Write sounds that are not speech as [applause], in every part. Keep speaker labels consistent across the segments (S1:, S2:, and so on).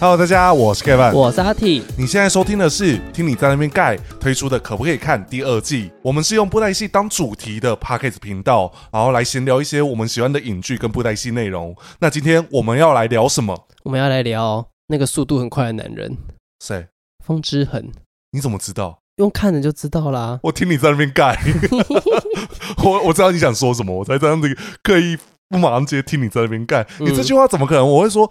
S1: Hello，大家，我是 Kevin。
S2: 我是阿 T，
S1: 你现在收听的是《听你在那边盖》推出的《可不可以看》第二季。我们是用布袋戏当主题的 Pockets 频道，然后来闲聊一些我们喜欢的影剧跟布袋戏内容。那今天我们要来聊什么？
S2: 我们要来聊那个速度很快的男人
S1: 谁？
S2: 风之痕，
S1: 你怎么知道？
S2: 用看的就知道啦。 [laughs]
S1: 我听你在那边盖， [laughs] 我我知道你想说什么，我才这样子刻意不马上直接听你在那边盖。你这句话怎么可能？我会说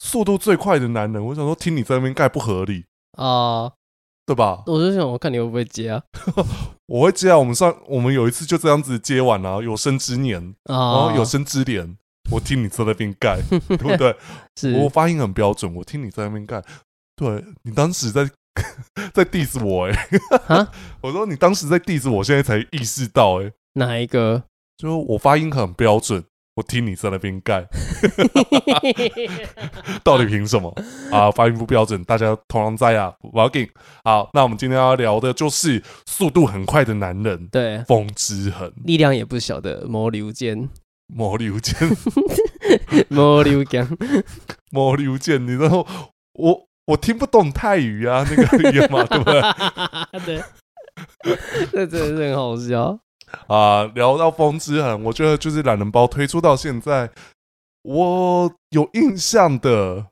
S1: 速度最快的男人，我想说听你在那边盖不合理，
S2: 啊、
S1: 对吧？
S2: 我就想我看你会不会接啊？
S1: 我会接啊，我们上我们有一次就这样子接完啊，有生之年，然
S2: 啊、
S1: 后哦有生之年，我听你在那边
S2: [laughs]
S1: 盖，对不对？我
S2: 是
S1: 发音很标准，我听你在那边盖。对你当时在 [laughs] 在 diss 我哎、
S2: 啊，
S1: [laughs] 我说你当时在 diss 我，现在才意识到哎、
S2: 哪一个？ [laughs]
S1: 就我发音很标准，我听你在那边
S2: [laughs]
S1: 盖，到底凭什么啊？发音不标准，大家同样在啊，我要给。好，那我们今天要聊的就是速度很快的男人
S2: 对，
S1: 风之痕。
S2: 力量也不小的魔流剑， [laughs]
S1: 魔流剑，
S2: 魔流剑，
S1: 魔流剑，你知道我我听不懂泰语啊， [laughs] 那个语言嘛，对不对？
S2: [laughs] 对， [laughs] 这真的是很好笑。
S1: 啊、聊到风之痕，我觉得就是懒人包推出到现在，我有印象的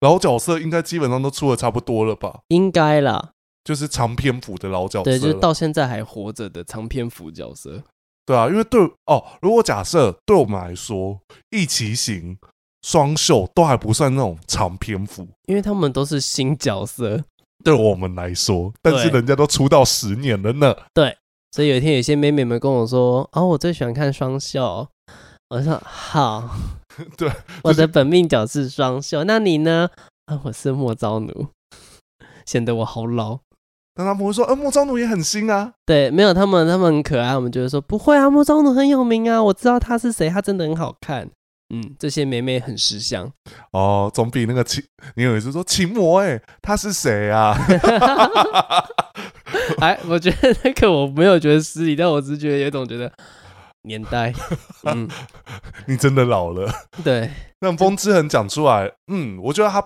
S1: 老角色应该基本上都出的差不多了吧？
S2: 应该啦，
S1: 就是长篇幅的老角色
S2: 对，
S1: 了，
S2: 就是到现在还活着的长篇幅角色，
S1: 对啊，因为对哦，如果假设对我们来说，一骑行、双秀都还不算那种长篇幅，
S2: 因为他们都是新角色，
S1: 对我们来说，但是
S2: 对
S1: 人家都出道十年了呢。
S2: 所以有一天有些妹妹们跟我说：“哦，我最喜欢看双秀。”我就说：“好。”
S1: [laughs] 对，
S2: [laughs] 我的本命角是双秀，那你呢？啊，我是莫昭奴， [laughs] 显得我好老。
S1: 但他们会说，呃，莫昭奴也很新啊，
S2: 对，没有他们，他们很可爱。我们就会说不会啊，莫昭奴很有名啊，我知道他是谁，他真的很好看。嗯，这些妹妹很识相，
S1: [laughs] 哦，总比那个秦，你有一次说秦魔、欸，哎，他是谁
S2: [laughs]
S1: 啊？
S2: 哎，我觉得那个我没有觉得失礼，但我只是觉得有一种觉得年代，嗯，
S1: 你真的老了。
S2: 对，
S1: 让风之痕讲出来，嗯，我觉得他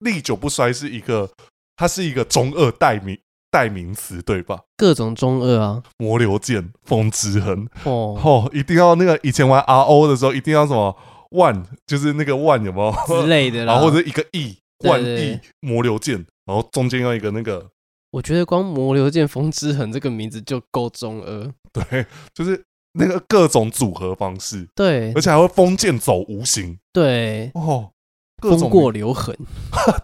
S1: 历久不衰是一个，他是一个中二代名代名词，对吧？
S2: 各种中二啊，
S1: 魔流剑、风之痕，
S2: 哦，
S1: [laughs] 哦，一定要那个以前玩 RO 的时候，一定要什么万，就是那个万有没
S2: 之
S1: 有？
S2: 类的啦。
S1: 然后或者一个亿万
S2: 对对
S1: 亿魔流剑，然后中间要一个那个，
S2: 我觉得光《魔流剑风之痕》这个名字就够中二，
S1: 对，就是那个各种组合方式，
S2: 对
S1: 而且还会封建走无形
S2: 对，
S1: 哦，各
S2: 风
S1: 种
S2: 过留痕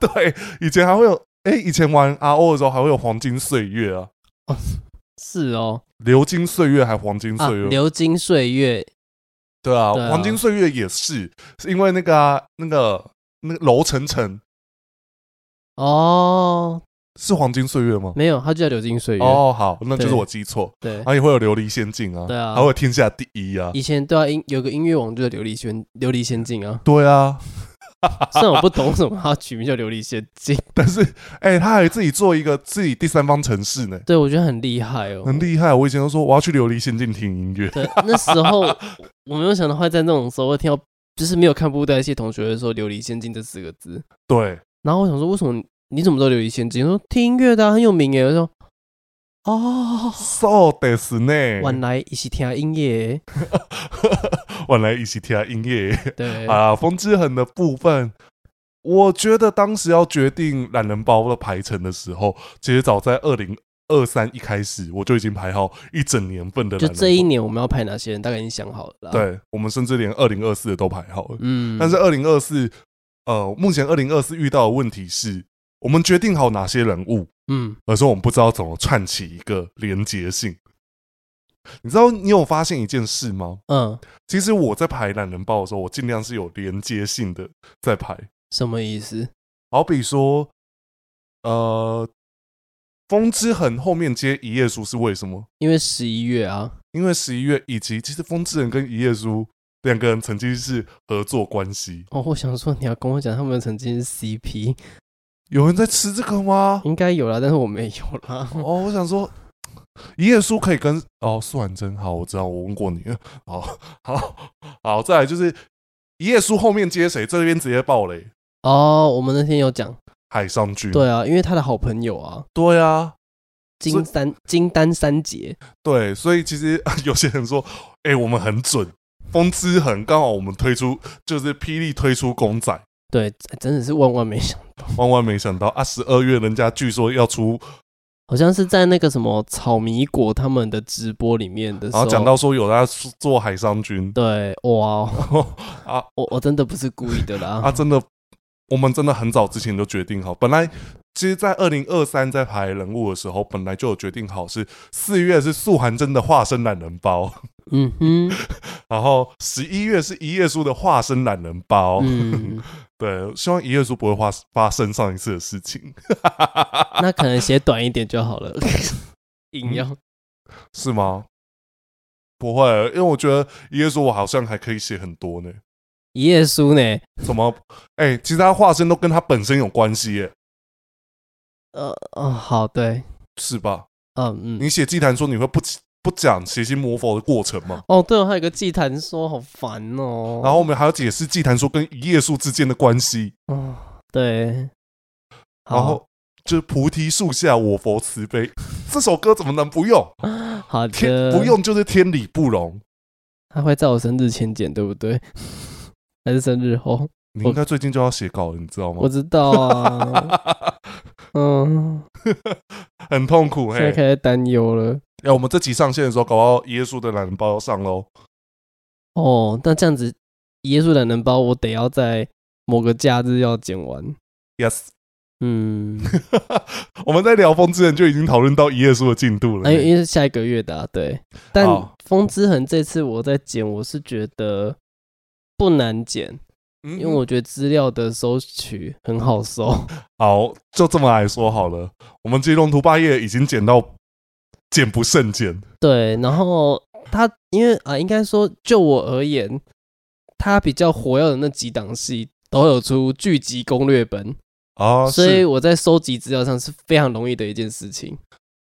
S1: 对，以前还会有，哎、以前玩 RO 的时候还会有黄金岁月啊，
S2: 是哦
S1: 流金岁月还黄金
S2: 啊，
S1: 岁月，
S2: 流金岁月
S1: 对啊，
S2: 对啊
S1: 黄金岁月也是，是因为那个、啊、那个那个楼晨晨
S2: 哦，
S1: 是黄金岁月吗？
S2: 没有，它就叫流金岁月。
S1: 哦，好，那就是
S2: 对
S1: 我记错，
S2: 对，
S1: 啊，也会有琉璃仙境啊，
S2: 对啊
S1: 还会有天下第一啊，，
S2: 以前对啊，音有个音乐网就是琉璃仙琉璃仙境啊
S1: 对啊，
S2: 虽然我不懂为什么它取名叫琉璃仙境，
S1: 但是哎、他还自己做一个自己第三方城市呢，
S2: 对我觉得很厉害哦，
S1: 很厉害。我以前都说我要去琉璃仙境听音乐，
S2: 对，那时候我没有想到会在那种时候会听到，就是没有看布袋戏的同学会说“琉璃仙境”这四个字，
S1: 对，
S2: 然后我想说，为什么你你怎么知道琉璃仙境？说听音乐的、啊、很有名耶。我说，哦，
S1: so this 呢，
S2: 晚来一起听音乐
S1: [laughs]
S2: 耶。
S1: 晚来一起听音乐。
S2: 对，
S1: 啊，风之痕的部分，我觉得当时要决定懒人包的排程的时候，其实早在二零二三一开始，我就已经排好一整年份的
S2: 就
S1: 懒人包。
S2: 这一年我们要拍哪些人，大概已经想好了啦。，
S1: 对我们甚至连二零二四都排好了。
S2: 嗯，
S1: 但是二零二四，呃，目前二零二四遇到的问题是，我们决定好哪些人物，
S2: 嗯，
S1: 而是我们不知道怎么串起一个连结性。你知道你有发现一件事吗？
S2: 嗯，
S1: 其实我在排懒人包的时候，我尽量是有连接性的在排。
S2: 什么意思？
S1: 好比说，呃，风之痕后面接一页书是为什么？
S2: 因为十一月啊，
S1: 因为十一月以及其实风之痕跟一页书两个人曾经是合作关系。
S2: 哦，我想说你要跟我讲他们曾经是 CP，
S1: 有人在吃这个吗？
S2: 应该有啦，但是我没有啦。
S1: 哦，我想说，一页书可以跟哦素婉珍好，我知道我问过你了。好好好，再来就是一页书后面接谁？这边直接爆雷。
S2: 哦，我们那天有讲，
S1: 海上君。
S2: 对啊，因为他的好朋友啊，
S1: 对啊，所
S2: 金
S1: 以
S2: 丹金丹三杰，
S1: 对，所以其实 [laughs] 有些人说，哎、我们很准，风之痕刚好我们推出就是霹雳推出公仔，
S2: 对，真的是万万没想到，
S1: 万万没想到啊，十二月人家据说要出，
S2: 好像是在那个什么草米果他们的直播里面的时
S1: 然
S2: 候，
S1: 后讲到说有在做海上君，
S2: 对，哇， [laughs]
S1: 啊
S2: 我我真的不是故意的啦，
S1: 啊，真的，我们真的很早之前就决定好，本来其实，在二零二三在排人物的时候，本来就有决定好是四月是素涵真的化身懒人包， [laughs]
S2: 嗯哼，
S1: 然后十一月是一页书的化身懒人包，
S2: 嗯，
S1: 对，希望一页书不会发发生上一次的事情， [laughs]
S2: 那可能写短一点就好了，硬
S1: 嗯
S2: 要，
S1: 是吗？不会，因为我觉得一页书我好像还可以写很多呢。
S2: 一页书呢，
S1: 怎么？哎、其实他化身都跟他本身有关系耶，
S2: 呃，哦，好，对，
S1: 是吧？
S2: 嗯嗯，
S1: 你写祭坛说你会不不讲邪心魔佛的过程吗？
S2: 哦，对哦，还有个祭坛说，好烦哦，
S1: 然后我们还要解释祭坛说跟一页树之间的关系，
S2: 哦，对，
S1: 然
S2: 哦
S1: 后就是菩提树下我佛慈悲，这首歌怎么能不用？
S2: 好好
S1: 天
S2: 的，
S1: 不，用就是天理不容。
S2: 他会在我生日前剪，对
S1: [laughs]
S2: 不对？还是生日后？
S1: 你应该最近就要写稿了，你知道
S2: 我
S1: 吗？
S2: 知道啊，
S1: [laughs]
S2: 嗯，
S1: 很痛苦
S2: 现在
S1: 嘿。
S2: 开始担忧了。
S1: 哎，我们这集上线的时候，搞不好耶稣的懒人包要上喽。
S2: 哦，那这样子，耶稣懒人包我得要在某个假日要剪完。
S1: Yes，
S2: 嗯，
S1: 我们在聊风之人就已经讨论到耶稣的进度了
S2: [laughs] 哎，
S1: 嘿。
S2: 因为是下一个月的、啊，对。但
S1: 好
S2: 风之痕这次我在剪，我是觉得不难剪，
S1: 因
S2: 因为我觉得资料的收取很好搜。
S1: 好，就这么来说好了。我们吉隆图霸业已经剪到剪不胜剪，
S2: [laughs] 对，然后他因为啊、应该说就我而言，他比较火药的那几档戏都有出剧集攻略本，
S1: 啊，
S2: 所
S1: 是
S2: 以我在收集资料上是非常容易的一件事情。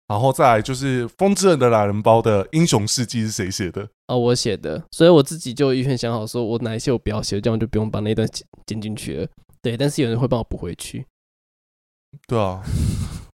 S1: 然后再来就是《风之刃》的懒人包的英雄事迹是谁写的？
S2: 啊、我写的，所以我自己就预先想好，说我哪一些我不要写，这样我就不用把那段剪剪进去了。对，但是有人会帮我补回去。
S1: 对
S2: [laughs]
S1: 啊，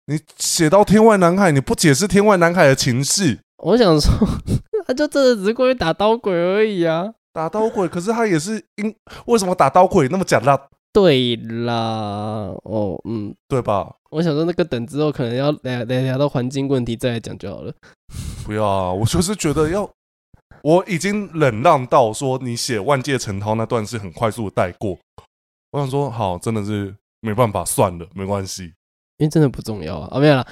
S1: 你写到天外南海，你不解释天外南海的情势，
S2: 我想说， [laughs] 他就真的只是过去打刀鬼而已啊。
S1: 打刀鬼，可是他也是因为什么打刀鬼那么假辣，
S2: 对啦，哦，嗯，
S1: 对吧？
S2: 我想说那个等之后可能要来来聊到环境问题再来讲就好了。
S1: 不要啊，我就是觉得要，我已经忍让到说你写万界陈涛那段是很快速的带过，我想说好，真的是没办法，算了，没关系。
S2: 因为真的不重要啊，啊没有啦，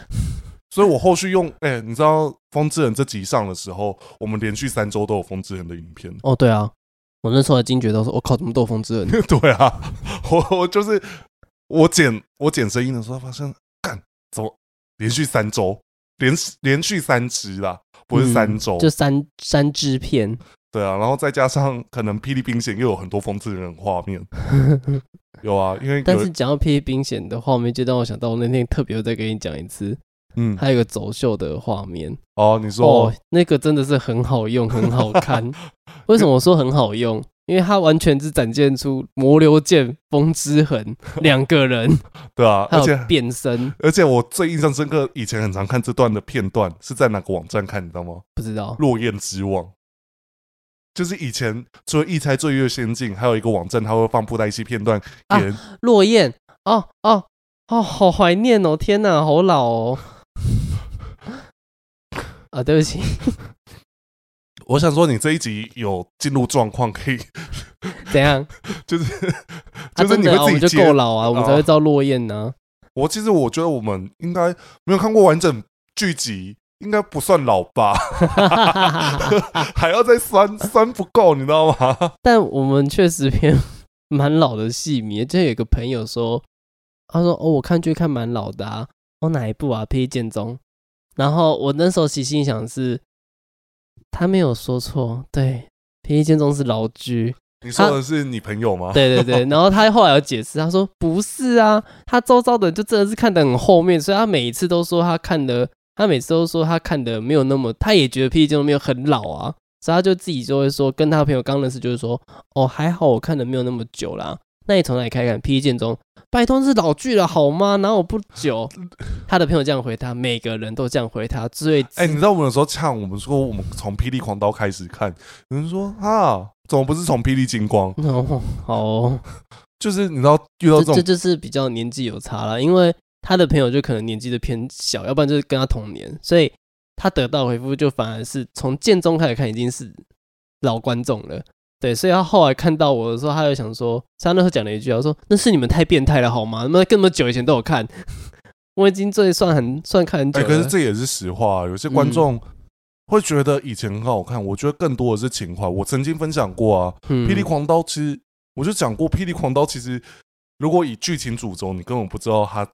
S1: 所以我后续用，哎、你知道《风之痕》这集上的时候，我们连续三周都有《风之痕》的影片。 [laughs]
S2: 哦对啊，我那时候还惊觉到说，我、靠，怎么斗风之人？
S1: 对啊，我我就是我剪我剪声音的时候发现，干怎么连续三周，连连续三支啦， [laughs] 不是三周，
S2: 嗯就三三支片，
S1: 对啊，然后再加上可能霹雳兵险又有很多风之人的画面，有啊，因为
S2: 但
S1: 有
S2: 是讲到霹雳兵险的画面，就让我想到我那天特别再跟你讲一次，
S1: 嗯
S2: 还有一个走秀的画面
S1: 哦，你说、
S2: 哦，那个真的是很好用，很好
S1: [laughs]
S2: 看。为什么我说很好用？因为它完全是展现出魔流剑、风之
S1: [laughs]
S2: 痕两个人，
S1: 对啊，
S2: 还
S1: 而
S2: 有
S1: 且
S2: 变身，
S1: 而且我最印象深刻，以前很常看这段的片段是在哪个网站看，你知道吗？
S2: 不知道
S1: 落雁之望。就是以前除了《一猜最越仙境》，还有一个网站，它会放布袋戏片段给
S2: 啊
S1: 人
S2: 落雁哦哦哦，好怀念哦！天哪，好老
S1: [laughs]
S2: 哦！啊，对不起，
S1: 我想说，你这一集有进入状况，可以
S2: 怎样？
S1: [laughs] 就是
S2: 啊
S1: 就是
S2: 真
S1: 你
S2: 的啊我
S1: 会
S2: 们
S1: 自
S2: 就
S1: 己接哦
S2: 够。老啊，我们才会知道落雁
S1: [laughs]
S2: 啊呢。
S1: 我其实我觉得我们应该没有看过完整剧集，应该不算老吧，还要再酸酸不够，你知道吗？ [laughs]
S2: 但我们确实偏蛮老的戏迷，就有一个朋友说，他说哦，我看剧看蛮老的啊，哦哪一部啊？《霹雳剑宗》。然后我那时候其实心想是，他没有说错，对，《霹雳剑宗》是老剧，
S1: 你说的是你朋友吗？
S2: 啊 [laughs] 对对对。然后他后来有解释，他说不是啊，他周遭的人就真的是看得很后面，所以他每一次都说他看的，他每次都说他看的没有那么，他也觉得《霹雳剑宗》没有很老啊，所以他就自己就会说，跟他朋友刚认识就是说，哦还好我看的没有那么久啦，那你从哪里开看？《霹雳剑宗》拜托是老剧了好吗？哪有不久？他的朋友这样回他，每个人都这样回他，最
S1: 哎、你知道我们有时候呛我们说我们从《霹雳狂刀》开始看，有人说啊，怎么不是从《霹雳金光》？
S2: 哦好哦
S1: 就是你知道遇到这
S2: 这
S1: 种
S2: 这就是比较年纪有差了，因为他的朋友就可能年纪的偏小，要不然就是跟他同年，所以他得到的回复就反而是从建中开始看已经是老观众了。对，所以他后来看到我的时候，他就想说，他那时候讲了一句，他说：“那是你们太变态了，好吗？那这么久以前都有看， [laughs] 我已经最算很算看很久
S1: 哎、
S2: 了。
S1: 可是这也是实话，啊有些
S2: 嗯
S1: 观众会觉得以前很好看，我觉得更多的是情怀。我曾经分享过啊，
S2: 嗯
S1: 霹雳狂刀》其实我就讲过，《霹雳狂刀》其实如果以剧情主轴，你根本不知道他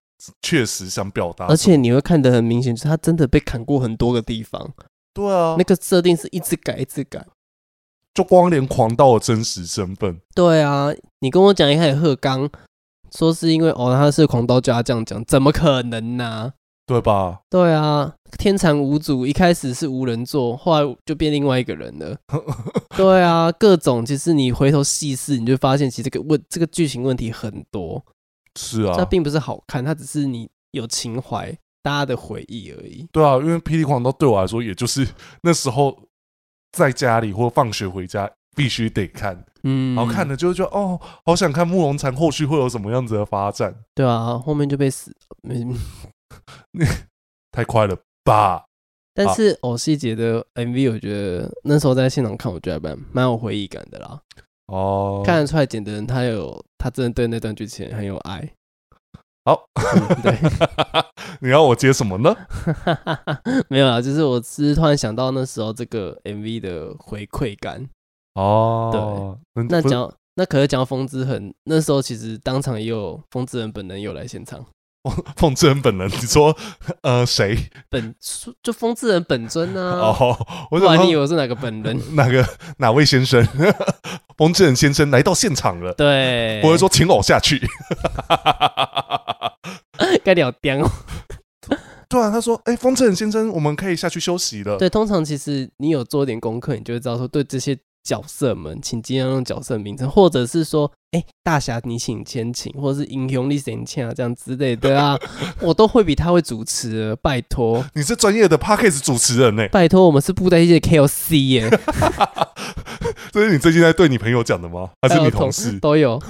S1: 确实想表达什么，
S2: 而且你会看得很明显，就是他真的被砍过很多个地方，
S1: 对啊，
S2: 那个设定是一直改一直改。
S1: 就光连狂刀的真实身份，
S2: 对啊，你跟我讲一开始鹤刚说是因为哦他是狂刀家这样讲，怎么可能呢、
S1: 对吧？
S2: 对啊，天蚕五组一开始是无人做，后来就变另外一个人了。对啊，各种其实你回头细思，你就发现其实这个问这个剧情问题很多，
S1: [laughs] 是
S2: 它
S1: 啊，
S2: 并不是好看，它只是你有情怀，大家的回忆而已。
S1: 对啊，因为《霹雳狂刀》对我来说，也就是 [laughs] 那时候在家里或放学回家必须得看，
S2: 嗯，
S1: 然后看了就会觉得哦，好想看慕容禅后续会有什么样子的发展，
S2: 对啊，后面就被死，没
S1: 太快了吧？
S2: 但
S1: 好
S2: 是偶细节的 MV，我觉得那时候在现场看，我觉得还蛮蛮有回忆感的啦。
S1: 哦，
S2: 看得出来，剪的人他有，他真的对那段剧情很有爱。
S1: 好
S2: 嗯
S1: [laughs]
S2: 对，
S1: 你要我接什么呢？
S2: 没有啦，就是我只是突然想到那时候这个 MV 的回馈感。
S1: 哦，对，
S2: 那
S1: 不是
S2: 讲那可是讲到风之痕，那时候其实当场也有风之痕本人有来现场，
S1: 凤之恩本人，你说 [laughs] 呃谁？
S2: 本就风之痕本尊啊，
S1: 哦，我
S2: 不
S1: 想
S2: 然你以
S1: 说
S2: 为是哪个
S1: [laughs]
S2: 本人？
S1: 哪个哪位先生？ [laughs] 冯志恩先生来到现场了，
S2: 对，
S1: 我会说请偶下去。
S2: [laughs]
S1: [laughs]
S2: 该聊颠哦。
S1: 对啊，他说：“哎、风之恩先生，我们可以下去休息了。”
S2: 对，通常其实你有做点功课，你就会知道说，对这些角色们，请尽量用角色名称，或者是说，哎，大侠你请先请，或者是英雄你先请啊，这样之类
S1: [laughs]
S2: 的啊，我都会比他会主持了，拜托，
S1: 你是专业的 p a c k a g e 主持人呢、
S2: 拜托，我们是布袋戏的 KOC 耶，
S1: 这是你最近在对你朋友讲的吗？还是
S2: 还有
S1: 你同事？[laughs]
S2: 都有，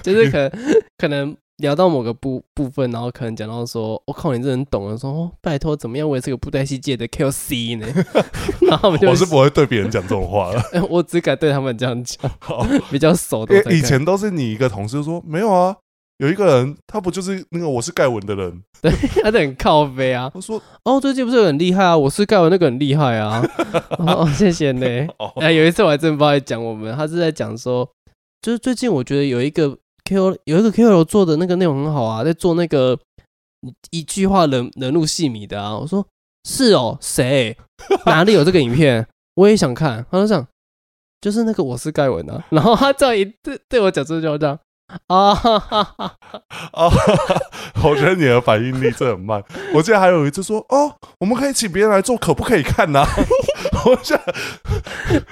S2: 就是可能可能。聊到某个部部分，然后可能讲到说，我、靠，你这人懂了，说、哦、拜托，怎么样？我也是个布袋戏界的
S1: [laughs]
S2: KOC 呢，然后我们就
S1: 我
S2: 会
S1: 是不会对别人讲这种 [laughs] 话的。
S2: 哎 [laughs] 我只敢对他们这样讲，
S1: 好
S2: 比较熟的
S1: 因
S2: 我
S1: 为
S2: 才敢。
S1: 以前都是你一个同事说没有啊，有一个人他不就是那个我是盖文的人，
S2: [laughs] 他就很靠背啊。
S1: 他说
S2: 哦，最近不是有很厉害啊？我是盖文那个很厉害啊。 [laughs] 哦，谢谢呢。
S1: [laughs] [laughs] 哦，
S2: 哎，有一次我还真不知道在讲我们，他是在讲说，就是最近我觉得有一个 Q 有一个 Q 做的那个内容很好啊，在做那个一句话人人物戏迷的啊。我说是哦，谁哪里有这个影片？我也想看。他就讲就是那个我是盖文啊，然后他这样一对对我讲出就这样啊，哈哈哈
S1: 啊，我觉得你的反应力真的很慢。我记得还有一次说哦，我们可以请别人来做，可不可以看呢、 [laughs] 我想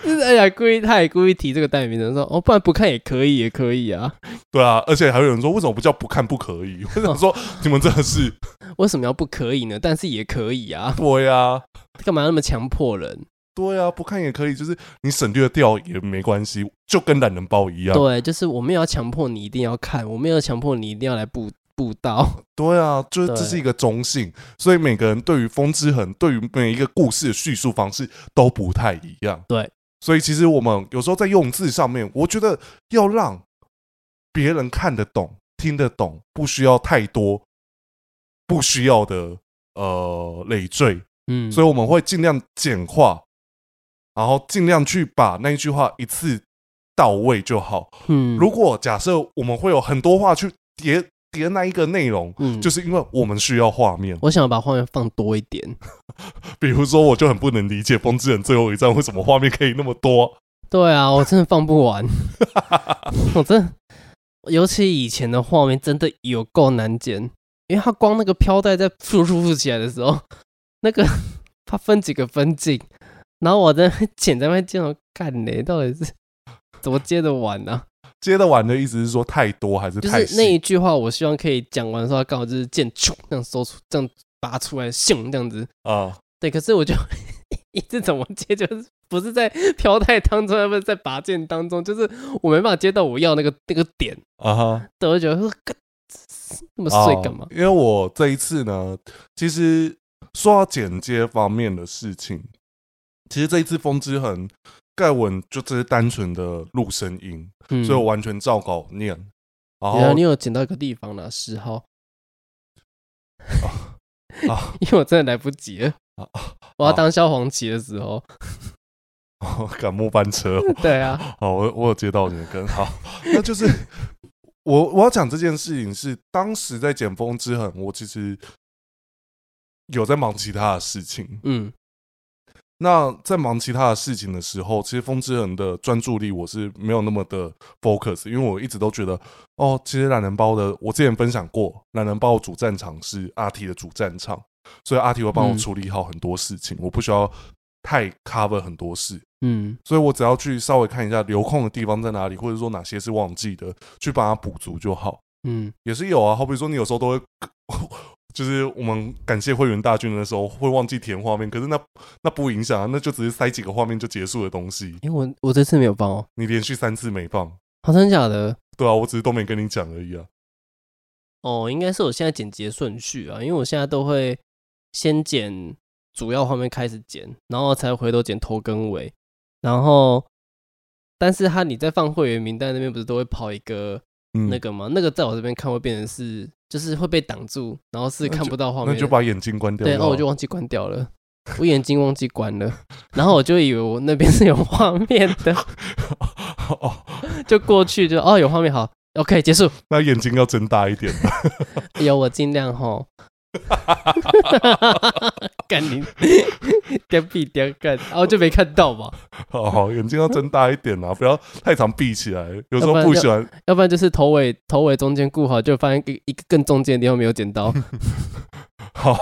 S2: 就是哎呀，故意他也故意提这个代名词说，哦，不然不看也可以，也可以啊， [laughs]
S1: 对啊，而且还有人说为什么不叫不看不可 [laughs] 以？我想说你们真的是
S2: 为什么要不可以呢？但是也可以啊，
S1: 对啊，
S2: 干嘛那么强迫人？
S1: 对啊，不看也可以，就是你省略掉也没关系，就跟懒人包一样。啊
S2: 对，就是我没有要强迫你一定要看，我没有强迫你一定要来布布道。
S1: 对啊，就是
S2: 对
S1: 这是一个中性，所以每个人对于风之痕，对于每一个故事的叙述方式都不太一样。
S2: 对，
S1: 所以其实我们有时候在用字上面，我觉得要让别人看得懂、听得懂，不需要太多不需要的呃累赘，
S2: 嗯，
S1: 所以我们会尽量简化，然后尽量去把那一句话一次到位就好。
S2: 嗯，
S1: 如果假设我们会有很多话去叠叠那一个内容。
S2: 嗯，
S1: 就是是因为我们需要画面。
S2: 我想把画面放多一点。
S1: 比如说，我就很不能理解《风之痕》最后一战为什么画面可以那么多。
S2: 对啊，我真的放不完， [laughs] 我真的，尤其以前的画面真的有够难剪，因为它光那个飘带在复复复起来的时候， [laughs] 那个它分几个分镜，然后我在那边剪在那边镜头干嘞，到底是怎么接着玩呢、啊
S1: 接得完的意思是说太多还是
S2: 就
S1: 太
S2: 是那
S1: 细？
S2: 一句话，我希望可以讲完的时候，刚好就是剑咻这样搜出，这样拔出来，咻这样子。
S1: 啊、
S2: 对，可是我就 [laughs] 一直怎么接，就是不是在飘带当中，要不是在拔剑当中，就是我没办法接到我要那个那个点，
S1: 啊哈。
S2: 对，我就觉得说干那么碎干嘛
S1: 哦？因为我这一次呢，其实说到剪接方面的事情，其实这一次风之痕盖文就只是单纯的录声音，
S2: 嗯，
S1: 所以我完全照稿念。然
S2: 原来
S1: 后
S2: 你有捡到一个地方了，十号，哦
S1: 啊，
S2: [laughs] 因为我真的来不及了
S1: 啊。
S2: 我要
S1: 啊
S2: 当消防旗的时候，
S1: [laughs] 赶末班车哦，
S2: 对 [laughs] 啊，
S1: 好，我我有接到你的跟好， [laughs] 那就是我我要讲这件事情是，当时在剪风之痕，我其实有在忙其他的事情，
S2: 嗯
S1: 那在忙其他的事情的时候，其实风之痕的专注力我是没有那么的 focus，因为我一直都觉得，哦，其实懒人包的，我之前分享过，懒人包的主战场是阿 T 的主战场，所以阿 T 会帮我
S2: 嗯
S1: 处理好很多事情，我不需要太 cover 很多事，
S2: 嗯
S1: 所以我只要去稍微看一下留空的地方在哪里，或者说哪些是忘记的，去把它补足就好。
S2: 嗯
S1: 也是有啊，好比说你有时候都会， [laughs] 就是我们感谢会员大军的时候会忘记填画面，可是那那不影响啊，那就只是塞几个画面就结束的东西。
S2: 因为我我这次没有帮哦，
S1: 你连续三次没放，
S2: 好真假的？
S1: 对啊，我只是都没跟你讲而已啊。
S2: 哦，应该是我现在剪辑的顺序啊，因为我现在都会先剪主要画面开始剪，然后才回头剪头跟尾，然后但是他你在放会员名单那边不是都会跑一个
S1: 嗯，
S2: 那个吗？那个在我这边看会变成是就是会被挡住，然后是
S1: 那
S2: 看
S1: 就
S2: 不到画
S1: 那
S2: 面
S1: 就
S2: 的，
S1: 把眼睛关掉好。
S2: 对，然哦后我就忘记关掉了。我眼睛忘记关了，然后我就以为我那边是有画面的，
S1: [laughs]
S2: [laughs]
S1: 哦，
S2: 就过去就哦有画面好，OK 结束，
S1: 那眼睛要睁大一点。啊 [laughs]
S2: 有我尽量吼。干你屌屁屌干，然、后就没看到嘛，
S1: 好好，哦眼睛要睁大一点啊，不要太常闭起来。有时候
S2: 要不然
S1: 不
S2: 就
S1: 喜欢，
S2: 要不然就是头尾头尾中间顾好，就发现一个一个更中间的地方没有剪
S1: 哦
S2: 到。
S1: 好，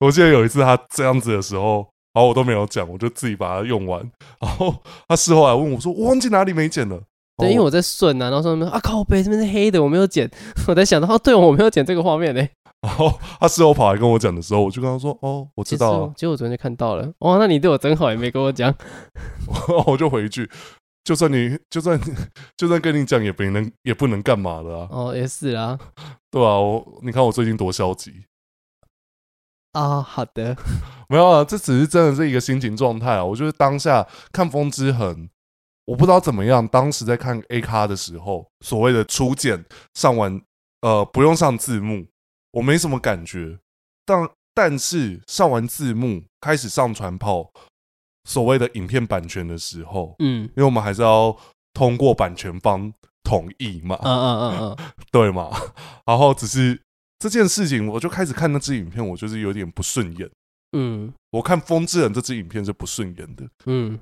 S1: 我记得有一次他这样子的时候，然后我都没有讲，我就自己把它用完。然后他事后来问我说：“我忘记哪里没剪了。”
S2: 对，
S1: 然
S2: 因为
S1: 后
S2: 我在顺啊，然后说啊靠背这边是黑的，我没有剪，我在想到哦，对我没有剪这个画面嘞。
S1: 然后他事后跑来跟我讲的时候，我就跟他说：“哦，我
S2: 其
S1: 知
S2: 实
S1: 道
S2: 我
S1: 了。
S2: 其实我昨天就看到了，哇，那你对我真好，也没跟我讲。”
S1: [laughs] 我就回一句：“就算你就算 [laughs] 就算跟你讲，也不能也不能干嘛了啊，
S2: 哦，也是啦，
S1: 对吧、我你看我最近多消极，
S2: 啊、好的，
S1: 没有啊，这只是真的是一个心情状态啊。我就是当下看《风之痕》，我不知道怎么样，当时在看 A 咖的时候，所谓的初剪上完，呃，不用上字幕，我没什么感觉。但但是上完字幕开始上传跑所谓的影片版权的时候，
S2: 嗯，
S1: 因为我们还是要通过版权方同意嘛，
S2: 啊啊啊啊，
S1: 对嘛？ [laughs] 然后只是这件事情，我就开始看那支影片，我就是有点不顺眼。
S2: 嗯
S1: 我看《风之痕》这支影片是不顺眼的，
S2: 嗯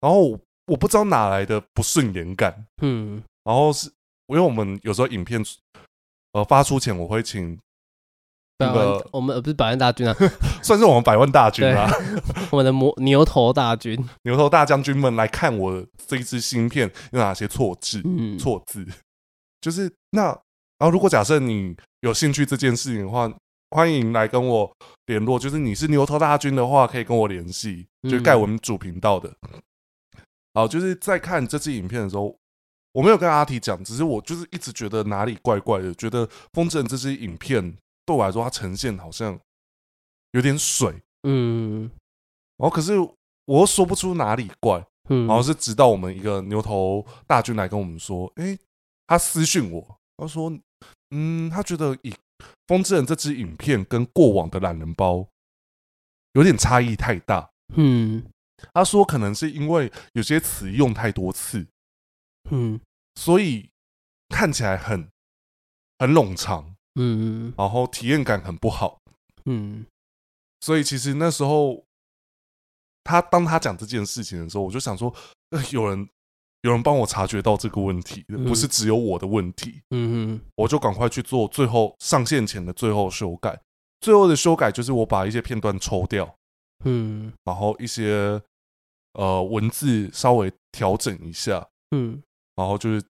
S1: 然后我我不知道哪来的不顺眼感，
S2: 嗯
S1: 然后是因为我们有时候影片呃发出前，我会请
S2: 百
S1: 那
S2: 万
S1: 个，
S2: 我们呃不是百万大军啊，
S1: 算是我们百万大军啦，
S2: 我们的魔牛头大军，
S1: [laughs] 牛头大将军们来看我这一支新片有哪些错字，
S2: 嗯，
S1: 错字，就是那，然后如果假设你有兴趣这件事情的话，欢迎来跟我联络。就是你是牛头大军的话，可以跟我联系，就是
S2: 嗯
S1: 盖我们主频道的。好，就是在看这支影片的时候，我没有跟阿提讲，只是我就是一直觉得哪里怪怪的，觉得《风筝》这支影片对我来说，它呈现好像有点水，
S2: 嗯
S1: 然后可是我又说不出哪里怪。
S2: 嗯，
S1: 然后是直到我们一个牛头大军来跟我们说，诶，他私讯我，他说，嗯，他觉得以《风之痕》这支影片跟过往的懒人包有点差异太大。
S2: 嗯
S1: 他说可能是因为有些词用太多次，
S2: 嗯
S1: 所以看起来很很冗长，
S2: 嗯
S1: 然后体验感很不好。
S2: 嗯
S1: 所以其实那时候，他当他讲这件事情的时候，我就想说，呃、有人有人帮我察觉到这个问题，
S2: 嗯
S1: 不是只有我的问题，
S2: 嗯
S1: 我就赶快去做最后上线前的最后修改。最后的修改就是我把一些片段抽掉，
S2: 嗯
S1: 然后一些呃文字稍微调整一下，
S2: 嗯
S1: 然后就是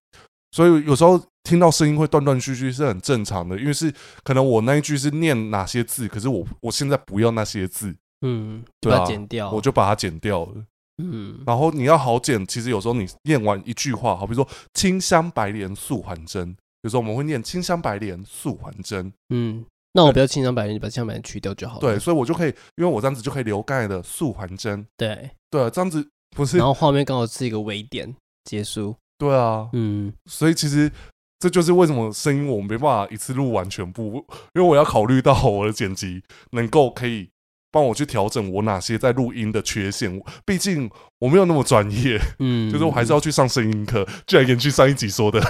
S1: 所以有时候听到声音会断断续续是很正常的，因为是可能我那一句是念哪些字，可是我我现在不要那些字，
S2: 嗯，就
S1: 对
S2: 把
S1: 啊
S2: 它剪掉，
S1: 我就把它剪掉了。
S2: 嗯，
S1: 然后你要好剪，其实有时候你念完一句话，好比说“清香白莲素还真”，有时候我们会念“清香白莲素还真
S2: 嗯，那我不要清香白人，你把清香白人去掉就好”，了。
S1: 对，所以我就可以，因为我这样子就可以留刚才的“素还真
S2: 对，”，
S1: 对啊，这样子不是
S2: 然后画面刚好是一个微点结束。
S1: 对啊，
S2: 嗯，
S1: 所以其实这就是为什么声音我没办法一次录完全部，因为我要考虑到我的剪辑能够可以帮我去调整我哪些在录音的缺陷，毕竟我没有那么专业。
S2: 嗯，
S1: 就是我还是要去上声音课，就来延续上一集说的，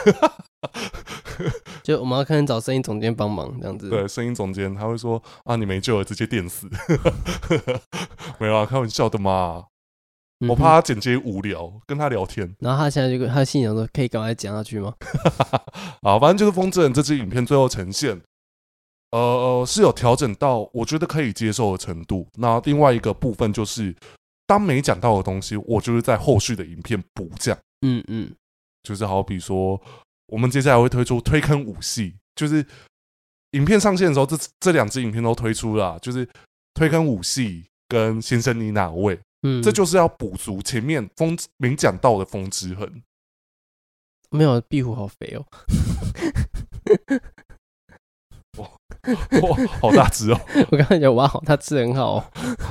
S2: 就我们要看找声音总监帮忙这样子。，
S1: 对，声音总监他会说啊，你没救了，直接电死，没有啊，开玩笑的嘛，
S2: 嗯
S1: 我怕。他剪接无聊，跟他聊天。
S2: 然后他现在就跟他心想说：“可以赶快讲下去吗
S1: 啊，反正就是《风之痕》这支影片最后呈现，呃呃，是有调整到我觉得可以接受的程度。那另外一个部分就是，当没讲到的东西，我就是在后续的影片补讲，？”
S2: 嗯嗯，
S1: 就是好比说，我们接下来会推出推坑五系，就是影片上线的时候，这这两支影片都推出了啊，就是推坑五系跟先生你哪位，
S2: 嗯，
S1: 这就是要补足前面风没讲到的风之痕。
S2: 没有壁虎好肥哦，
S1: 哇，好大只
S2: [laughs]
S1: 哦！
S2: 我刚才讲哇，好，它吃得很好哦，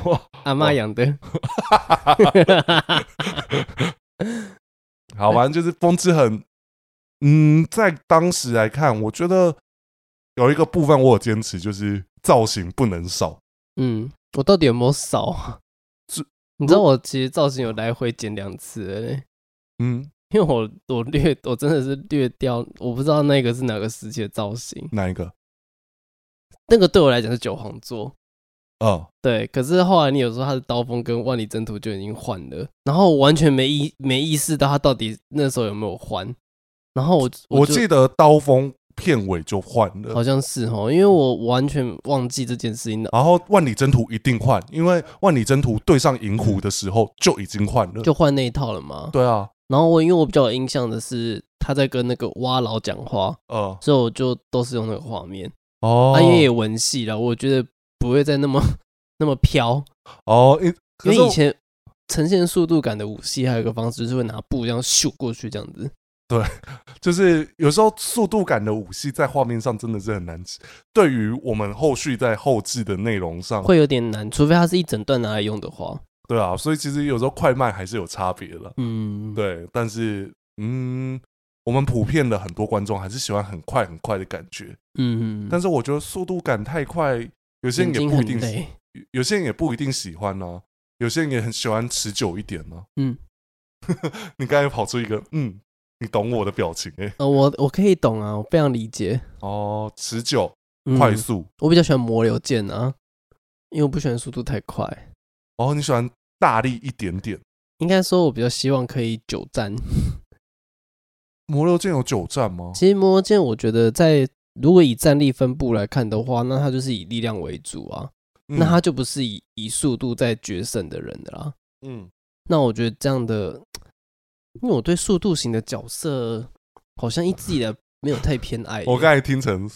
S1: 哇，
S2: 阿妈
S1: [laughs]
S2: 养的。
S1: 好，反正就是《风之痕》，嗯，在当时来看，我觉得有一个部分我有坚持，就是造型不能少。
S2: 嗯，我到底有没有少啊
S1: 这？
S2: 你知道我其实造型有来回剪两次了嘞，
S1: 嗯，
S2: 因为我我略我真的是略掉，我不知道那个是哪个时期的造型，
S1: 哪一个？
S2: 那个对我来讲是九皇座，
S1: 嗯，
S2: 对，可是后来你有时候他的刀锋跟万里征途就已经换了，然后我完全没意没意识到他到底那时候有没有换，然后我
S1: 我
S2: 就
S1: 记得刀锋片尾就换了
S2: 好，像是哦，因为我完全忘记这件事情了，
S1: 然后万里征途一定换，因为万里征途对上银狐的时候就已经换了。
S2: 就换那一套了嘛。
S1: 对啊，
S2: 然后我因为我比较有印象的是他在跟那个蛙佬讲话，
S1: 呃，
S2: 所以我就都是用那个画面。
S1: 哦，
S2: 啊，因为也文戏了，我觉得不会再那么那么飘，
S1: 哦，因
S2: 因
S1: 可是
S2: 为以
S1: 我
S2: 前呈现速度感的武戏还有一个方式，就是会拿布这样咻过去这样子。
S1: 就是有时候速度感的武戏在画面上真的是很难，对于我们后续在后置的内容上，
S2: 会有点难，除非它是一整段拿来用的话。
S1: 对啊，所以其实有时候快慢还是有差别的。
S2: 嗯，，
S1: 对，但是嗯，我们普遍的很多观众还是喜欢很快很快的感觉，
S2: 嗯，
S1: 但是我觉得速度感太快，有些
S2: 眼
S1: 人也
S2: 睛
S1: 不
S2: 很
S1: 一定喜，
S2: 累。
S1: 有些人也不一定喜欢呢、有些人也很喜欢持久一点呢、
S2: 嗯，
S1: [laughs] 你刚才跑出一个嗯，你懂我的表情哎、
S2: 呃，我我可以懂啊，我非常理解。
S1: 哦，持久、
S2: 嗯
S1: 快，速，
S2: 我比较喜欢魔流剑啊，因为我不喜欢速度太快。
S1: 哦，你喜欢大力一点点。
S2: 应该说，我比较希望可以久战。
S1: 魔流剑有久战吗？
S2: 其实魔流剑，我觉得在如果以战力分布来看的话，那它就是以力量为主啊，
S1: 嗯
S2: 那它就不是以以速度在决胜的人的啦。
S1: 嗯，
S2: 那我觉得这样的，因为我对速度型的角色好像一直以来没有太偏爱耶。
S1: 我刚才听成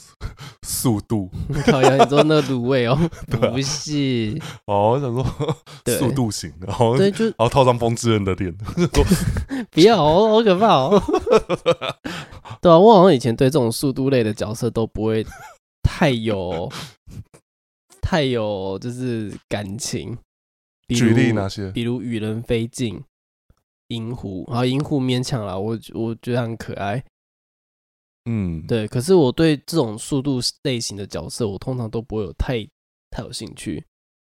S1: 速度
S2: 烤羊，你说那卤味哦，
S1: [laughs] 对啊
S2: 不是，
S1: 哦，我想说
S2: 对
S1: 速度型，然后
S2: 对，就
S1: 然后套上风之刃的脸，
S2: 不要哦，好可怕
S1: [laughs]
S2: 哦。对啊，我好像以前对这种速度类的角色都不会
S1: [laughs]
S2: 太有太有就是感情。比
S1: 举例
S2: 如
S1: 哪些？
S2: 比如羽人飞进、银狐，然后银狐勉强啦，我我觉得很可爱。
S1: 嗯，
S2: 对，可是我对这种速度类型的角色，我通常都不会有太太有兴趣。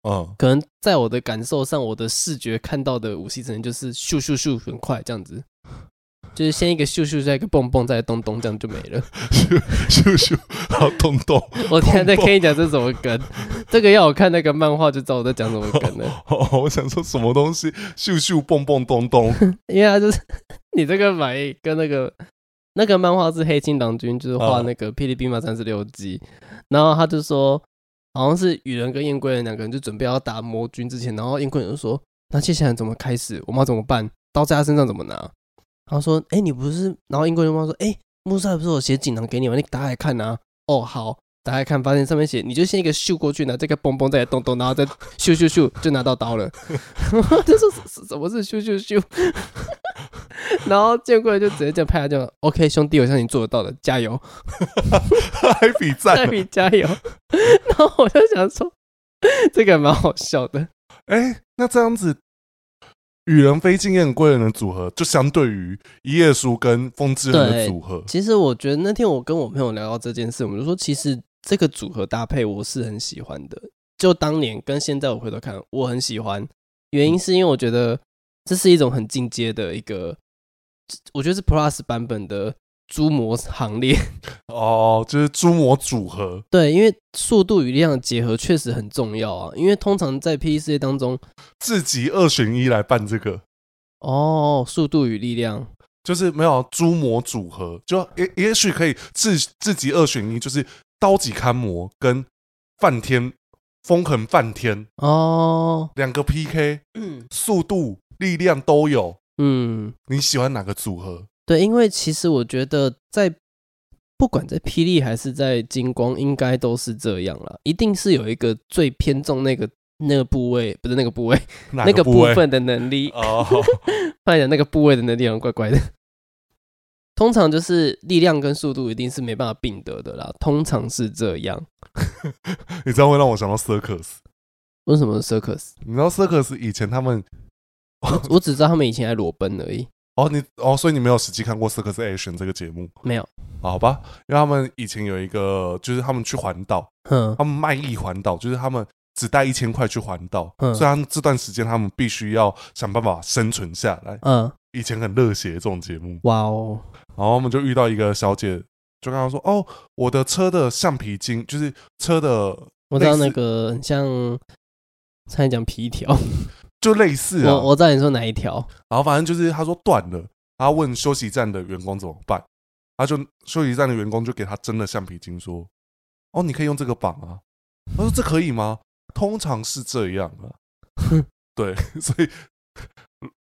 S1: 嗯，
S2: 可能在我的感受上，我的视觉看到的武器只能就是咻咻咻很快这样子，就是先一个咻咻，再一个蹦蹦，再一个咚咚，这样就没
S1: [laughs]
S2: 了。
S1: 咻咻，然后咚咚，
S2: 我天啊，在
S1: 蹦蹦
S2: 跟你讲这是什么梗？这个要我看那个漫画就知道我在讲什么梗了，
S1: 哦，我想说什么东西？咻咻，蹦蹦，咚咚，
S2: 因为他就是 [laughs] 你这个反应跟那个那个漫画是黑金郎君，就是画
S1: 嗯
S2: 那个《霹雳兵马三十六计》，然后他就说好像是雨人跟燕归人两个人就准备要打魔君之前，然后燕归人就说那接下来怎么开始？我们要怎么办？刀在他身上怎么拿？然后说：“哎、你不是？”然后英国人妈说：“哎、木塞不是有写锦囊给你吗？你打开看啊。哦，好，打开看，发现上面写，你就先一个咻过去，拿这个嘣嘣再动动，然后再咻咻咻就拿到刀了。 [laughs] 这是什什么是咻咻咻？然后见过来就直接这样拍他就 OK，兄弟，我相信你做得到的，加 [laughs] 油，
S1: [laughs] 还比
S2: 艾
S1: 赞。
S2: 比加油。然后我就想说，这个蛮好笑的。
S1: 哎、那这样子，与人非经验贵人的组合，就相对于一页书跟风之痕的
S2: 对
S1: 组合，
S2: 其实我觉得那天我跟我朋友聊到这件事，我们就说，其实这个组合搭配我是很喜欢的。就当年跟现在我回头看，我很喜欢，原因是因为我觉得这是一种很进阶的一个，我觉得是 Plus 版本的猪魔行列。 [laughs]
S1: 哦，就是猪魔组合。
S2: 对，因为速度与力量的结合确实很重要啊，因为通常在 P E 世界当中，
S1: 自己二选一来办这个，
S2: 哦，速度与力量，
S1: 就是没有猪魔组合，就也也许可以自自己二选一，就是刀戟勘魔跟梵天风痕梵天
S2: 哦，
S1: 两个 PK，
S2: 嗯
S1: 速度力量都有，
S2: 嗯，
S1: 你喜欢哪个组合？
S2: 对，因为其实我觉得在不管在霹雳还是在金光，应该都是这样啦，一定是有一个最偏重那个那个部位，不是那个部位，
S1: 哪
S2: 那个
S1: 部
S2: 部
S1: 位？
S2: 分的能力，
S1: 哦，
S2: 发现那个部位的能力好像怪怪的。通常就是力量跟速度一定是没办法并得的啦，通常是这样。
S1: 你知道会让我想到 circus，
S2: 为什么 circus？
S1: 你知道 circus 以前他们
S2: 我只知道他们以前爱裸奔而已，
S1: 哦，你哦，所以你没有实际看过《circus action》这个节目，
S2: 没有。
S1: 好吧？因为他们以前有一个，就是他们去环岛，
S2: 哼
S1: 他们卖艺环岛，就是他们只带一千块去环岛，
S2: 嗯
S1: 所以他们这段时间他们必须要想办法生存下来。
S2: 嗯，
S1: 以前很热血这种节目，
S2: 哇哦，
S1: 然后我们就遇到一个小姐，就跟她说：“哦，我的车的橡皮筋，就是车的
S2: 我知道
S1: 类似
S2: 那个很像，差点讲皮条，
S1: 就类似啊。
S2: 我我知道你说哪一条， [laughs]
S1: 然后反正就是她说断了，她问休息站的员工怎么办，她就休息站的员工就给她真的橡皮筋，说：“哦，你可以用这个绑啊。”她说：“这可以吗？”通常是这样啊。对， [laughs] 所以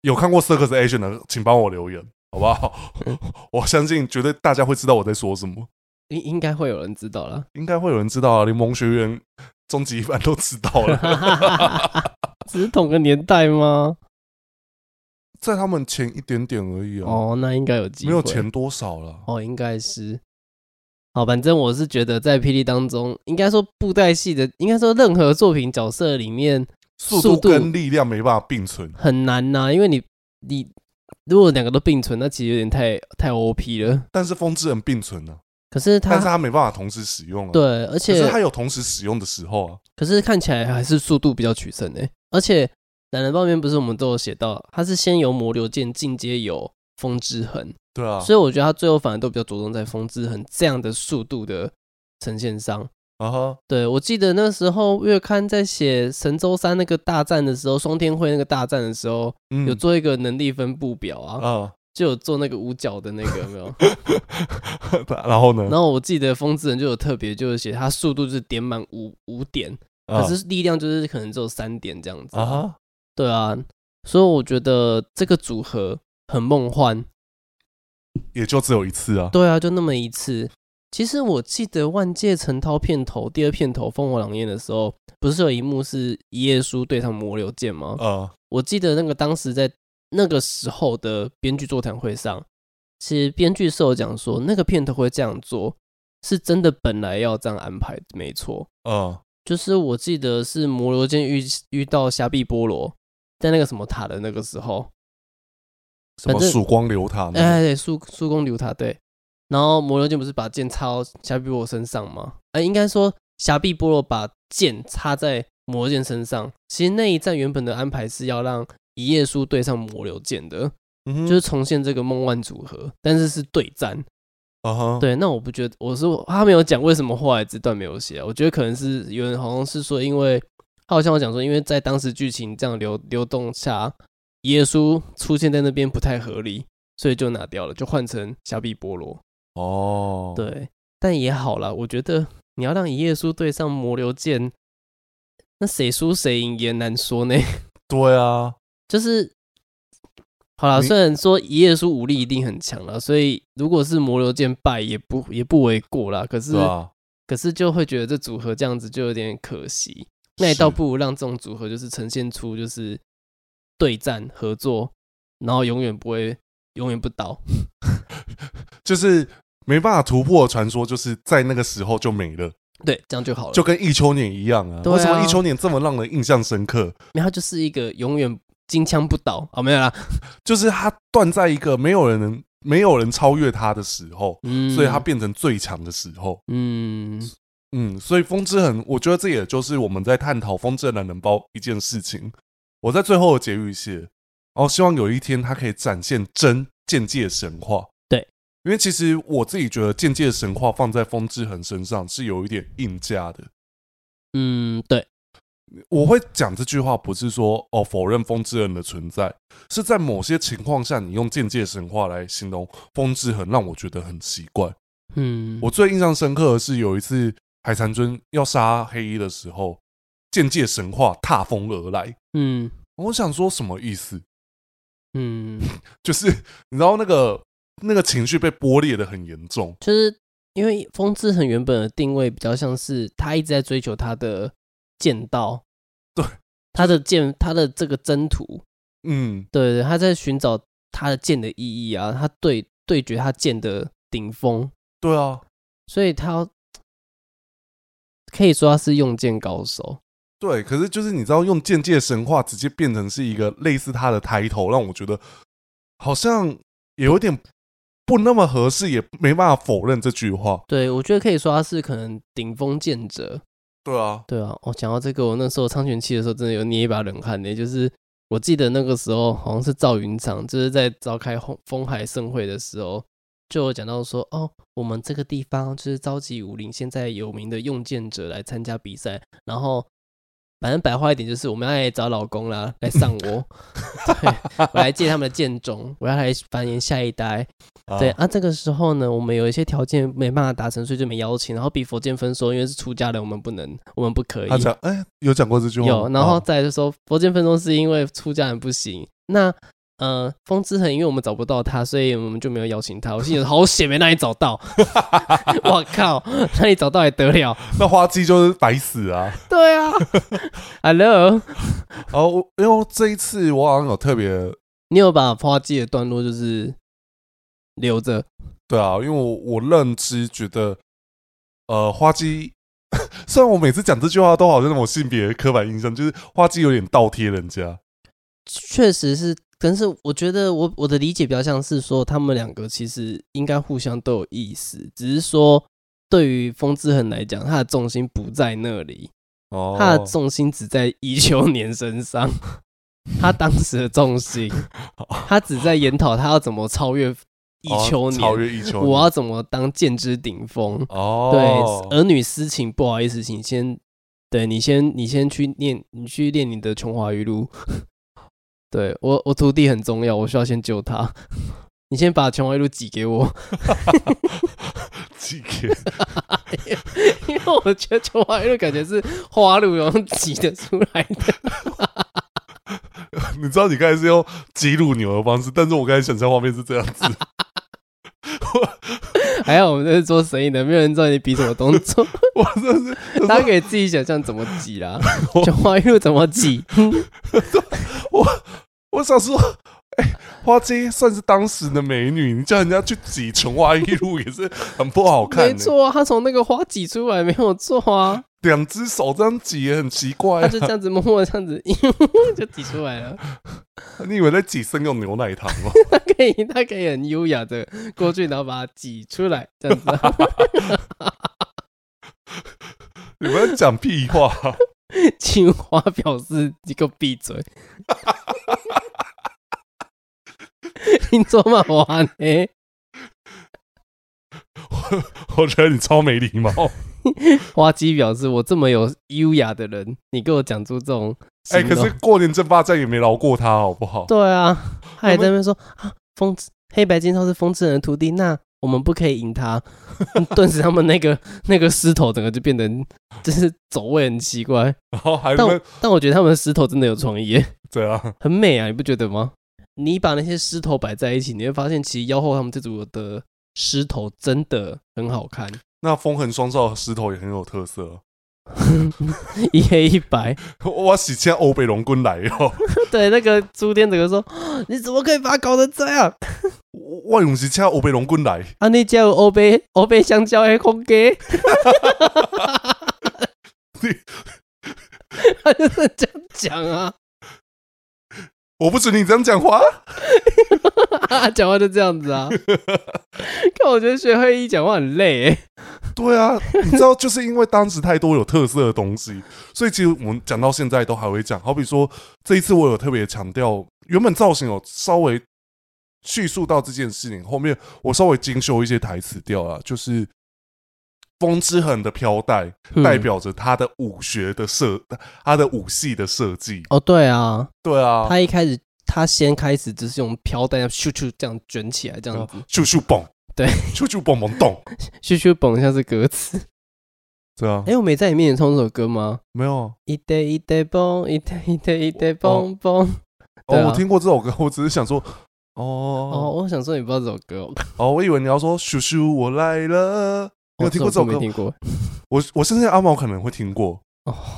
S1: 有看过《Circus Action》的，请帮我留言，好不好？ [laughs] 我相信绝对大家会知道我在说什么，，
S2: 应应该会有人知道了
S1: 应该会有人知道啊，连萌学园终极一班都知道了。
S2: [laughs] 只是同个年代吗？
S1: 在他们前一点点而已啊，
S2: 哦，那应该有机会，
S1: 没有前多少了。
S2: 哦，应该是。好，反正我是觉得在霹雳当中，应该说布袋戏的，应该说任何作品角色里面
S1: 速
S2: 速
S1: 度
S2: 度
S1: 跟力量没办法并存，
S2: 很难呐、因为你你如果两个都并存，那其实有点太太 OP 了。
S1: 但是风之人并存呢、
S2: 可是
S1: 但是
S2: 他
S1: 它没办法同时使用啊。，
S2: 对，而且
S1: 可是它有同时使用的时候啊。
S2: 可是看起来还是速度比较取胜诶、欸而且懒人报面不是我们都有写到，它是先由魔流剑进阶有风之痕，
S1: 对啊，
S2: 所以我觉得它最后反而都比较着重在风之痕这样的速度的呈现上。
S1: 啊哈，
S2: 对我记得那时候月刊在写神州山那个大战的时候，双天会那个大战的时候，
S1: 嗯
S2: 有做一个能力分布表啊，
S1: 啊， [laughs]
S2: 就有做那个五角的那个有没有？ [laughs]
S1: 然后呢？
S2: 然后我记得风之痕就有特别就是写它速度就是点满五五点，
S1: 啊
S2: 可是力量就是可能只有三点这样子
S1: 啊哈，
S2: 对啊，所以我觉得这个组合很梦幻。
S1: 也就只有一次啊。
S2: 对啊，就那么一次。其实我记得《万界陈涛》片头第二片头《烽火狼烟》的时候，不是有一幕是一页书对上魔流剑吗？
S1: 呃，
S2: 我记得那个当时在那个时候的编剧座谈会上，其实编剧是有讲说那个片头会这样做，是真的本来要这样安排，没错。
S1: 呃，
S2: 就是我记得是魔流剑遇遇到霞碧波罗，在那个什么塔的那个时候，
S1: 什么
S2: 反正
S1: 曙光流塔
S2: 哎、
S1: 呢？
S2: 对，苏苏公留他对，然后魔流剑不是把剑插到霞碧波罗身上吗？哎、应该说霞碧波罗把剑插在魔流剑身上。其实那一战原本的安排是要让一页书对上魔流剑的，
S1: 嗯
S2: 就是重现这个梦幻组合，但是是对战。
S1: 啊哈，
S2: 对，那我不觉得，我是他没有讲为什么后来这段没有写啊，我觉得可能是有人好像是说，因为他好像我讲说，因为在当时剧情这样流流动下，耶稣出现在那边不太合理，所以就拿掉了，就换成夏碧波罗。
S1: 哦，，
S2: 对，但也好啦，我觉得你要让一页书对上魔流剑， [laughs] 那谁输谁赢也难说呢。
S1: 对啊，
S2: 就是好了，
S1: 你
S2: 虽然说一页书武力一定很强了，所以如果是魔流剑败也不也不为过啦。可是、
S1: 对啊吧？
S2: 可是就会觉得这组合这样子就有点可惜。那也
S1: 是
S2: 倒不如让这种组合就是呈现出就是对战合作，然后永远不会永远不倒。
S1: 就是没办法突破的传说，就是在那个时候就没了，
S2: 对，这样就好了。
S1: 就跟忆秋年一样啊。
S2: 对啊
S1: 为什么忆秋年这么让人印象深刻？
S2: 没有它就是一个永远金枪不倒啊、没有啦，
S1: 就是他断在一个没有人能、没有人超越他的时候，
S2: 嗯，
S1: 所以他变成最强的时候。
S2: 嗯
S1: 嗯，所以风之痕，我觉得这也就是我们在探讨风之痕的能包一件事情。我在最后的结语写，哦，希望有一天它可以展现真剑界神话。
S2: 对，
S1: 因为其实我自己觉得剑界神话放在风之痕身上是有一点硬加的。
S2: 嗯，对，
S1: 我会讲这句话，不是说哦否认风之痕的存在，是在某些情况下，你用剑界神话来形容风之痕，让我觉得很奇怪。
S2: 嗯，
S1: 我最印象深刻的是有一次海蟾尊要杀黑衣的时候，剑界神话踏风而来。
S2: 嗯
S1: 我想说什么意思？
S2: 嗯，
S1: 就是你知道那个那个情绪被剥裂的很严重，
S2: 就是因为风之痕原本的定位比较像是他一直在追求他的剑道，
S1: 对，
S2: 他的剑，他的这个征途，
S1: 嗯，
S2: 对对，他在寻找他的剑的意义啊，他对对决他剑的顶峰，
S1: 对啊，
S2: 所以他可以说他是用剑高手，
S1: 对。可是就是你知道用剑界神话直接变成是一个类似他的 title，让我觉得好像也有点不那么合适，也没办法否认这句话。
S2: 对我觉得可以说他是可能顶峰剑者，
S1: 对啊，
S2: 对啊，哦，讲到这个，我那时候苍玄期的时候，真的有捏一把冷汗呢。就是我记得那个时候好像是赵云长，就是在召开红风海盛会的时候，就有讲到说，哦，我们这个地方就是召集武林现在有名的用剑者来参加比赛，然后反正白话一点就是我们要来找老公啦，来上我， [laughs] 对我来借他们的剑种，我要来繁衍下一代，
S1: 哦
S2: 对啊，这个时候呢，我们有一些条件没办法达成，所以就没邀请。然后比佛剑分说，因为是出家人，我们不能，我们不可以
S1: 他。讲哎、有讲过这句话吗，
S2: 有，然后
S1: 啊
S2: 再来就说佛剑分说是因为出家人不行。那呃，风之痕，因为我们找不到他，所以我们就没有邀请他。我心里想好险没让你找到，我靠，让你找到还得了？
S1: 那花季就是白死啊。
S2: 对啊，Hello，
S1: 哦，我因为我这一次我好像有特别
S2: 你有把花季的段落就是留着，
S1: 对啊，因为我我认知觉得，呃，花姬， [laughs] 虽然我每次讲这句话都好像我性别刻板印象，就是花姬有点倒贴人家，
S2: 确实是，但是我觉得我我的理解比较像是说，他们两个其实应该互相都有意思，只是说对于风之痕来讲，他的重心不在那里，
S1: 哦，
S2: 他的重心只在伊秋年身上。他当时的
S1: [laughs]
S2: 重心，他只在研讨他要怎么超越伊
S1: 哦
S2: 秋年，
S1: 超越一秋年，
S2: 我要怎么当剑之顶峰。
S1: 哦，
S2: 对，儿女私情，不好意思，请先，对你先，你先去念，你去练你的《琼华语录》对我，我徒弟很重要，我需要先救他。 [laughs] 你先把《琼华语录》寄给我， [laughs]
S1: 几天
S2: 因为我觉得《琼华语录》感觉是花露用挤得出来的。
S1: [laughs]
S2: [laughs]
S1: 你知道你刚才是用挤乳牛的方式，但是我刚才想象画面是这样
S2: [laughs]
S1: 子，
S2: 还好我们这是做生意的，没有人知道你比什么动作，
S1: 我真的是
S2: 大家可以自己想象怎么挤
S1: [laughs]
S2: 啦，《琼华语录》怎么挤。
S1: 我想说。哎、花姬算是当时的美女，你叫人家去挤琼花一路也是很不好看、欸
S2: 没
S1: 的。
S2: 错啊，他从那个花挤出来没有错啊，
S1: 两只手这样挤也很奇怪、
S2: 他
S1: 啊。
S2: 就这样子默默地这样子 [laughs] 就挤出来了。
S1: 你以为在挤生用牛奶糖吗？
S2: 可以，他可以很优雅的过去，然后把它挤出来，这样子、 [laughs] 啊。
S1: 你们在讲屁话！
S2: 青花表示你给我闭嘴。 [laughs] 你做嘛玩呢？
S1: 我觉得你超没
S2: [laughs]
S1: 礼貌。
S2: 花姬表示我这么有优雅的人，你给我讲出这种
S1: 哎、
S2: 形容。
S1: 可是过年争霸战也没饶过他，好不好？
S2: 对啊，他还在那边说啊，风之黑白金兽是风之人的徒弟，那我们不可以赢他。 [laughs] 顿时他们那个那个狮头整个就变得就是走位很奇怪，
S1: 然后还
S2: 但
S1: 问
S2: 我但我觉得他们的狮头真的有创意耶。
S1: 怎样？
S2: 啊很美啊，你不觉得吗？你把那些狮头摆在一起，你会发现其实妖后他们这组的狮头真的很好看， [laughs]
S1: 那风痕双照的石头也很有特色。
S2: 一黑一白。
S1: [laughs] 我是现在欧北龙棍来哦， [laughs]
S2: 对，那个猪店整个说， [gasps] 你怎么可以把它搞成这样？
S1: 我用是请欧北龙棍来，
S2: 啊，那家有欧杯欧杯香蕉黑空给， [laughs] 他就是这样讲啊， [laughs]
S1: 我不准你这样讲话。
S2: 讲话就这样子啊。看，我觉得学会一讲话很累欸，
S1: [laughs] 对啊，你知道，就是因为当时太多有特色的东西，所以其实我们讲到现在都还会讲。好比说，这一次我有特别强调，原本造型有稍微叙述到这件事情，后面我稍微精修一些台词掉了，就是风之痕的飘带
S2: 嗯
S1: 代表着他的武学的设，他的武系的设计。
S2: 哦，对啊，
S1: 对啊，
S2: 他一开始他先开始就是用飘带咻咻这样卷起来，这样子
S1: 咻咻蹦，
S2: 对，
S1: 咻咻蹦蹦动，
S2: 咻咻蹦像是歌词。
S1: 对啊，
S2: 哎、我没在你面前唱这首歌吗？
S1: 没有啊。
S2: 一堆一堆蹦，一堆一堆一堆蹦蹦。对
S1: 哦，
S2: 啊
S1: 我听过这首歌， [laughs] 我只是想说，
S2: 哦，
S1: 哦
S2: 我想说你不知道这首歌哦，
S1: 哦，我以为你要说“咻咻，我来了”，你有听过这首
S2: 我
S1: 歌
S2: 没？听过。
S1: 我我甚至阿毛可能会听过，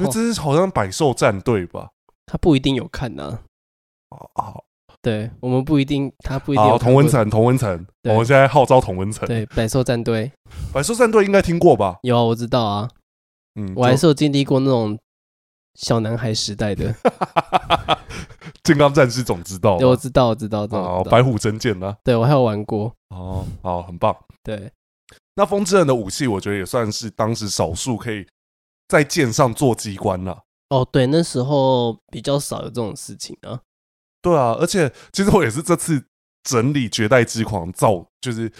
S1: 因为
S2: 哦，
S1: 这是好像百兽战队吧？
S2: 他不一定有看呐、
S1: 哦好，
S2: 对我们不一定，他不一定有
S1: 好，
S2: 看
S1: 童
S2: 过
S1: 啊文。哦层，童文层，哦
S2: 对
S1: 我们现在号召童文层，
S2: 对，百兽战队
S1: 百兽战队应该听过吧？
S2: 有啊，我知道啊，
S1: 嗯，
S2: 我还是有经历过那种小男孩时代
S1: [laughs]
S2: 的。
S1: 哦就金刚战士总知道
S2: 对，我
S1: 吧，
S2: 知道，我知道，我知道
S1: 哦
S2: 我，知道。
S1: 白虎真剑呢？
S2: 对我还有玩过。
S1: 哦，好，很棒。
S2: 对，
S1: 那风之刃的武器，我觉得也算是当时少数可以在剑上做机关了。
S2: 哦，对，那时候比较少有这种事情啊。
S1: 对啊，而且其实我也是这次整理《绝代之狂》造就是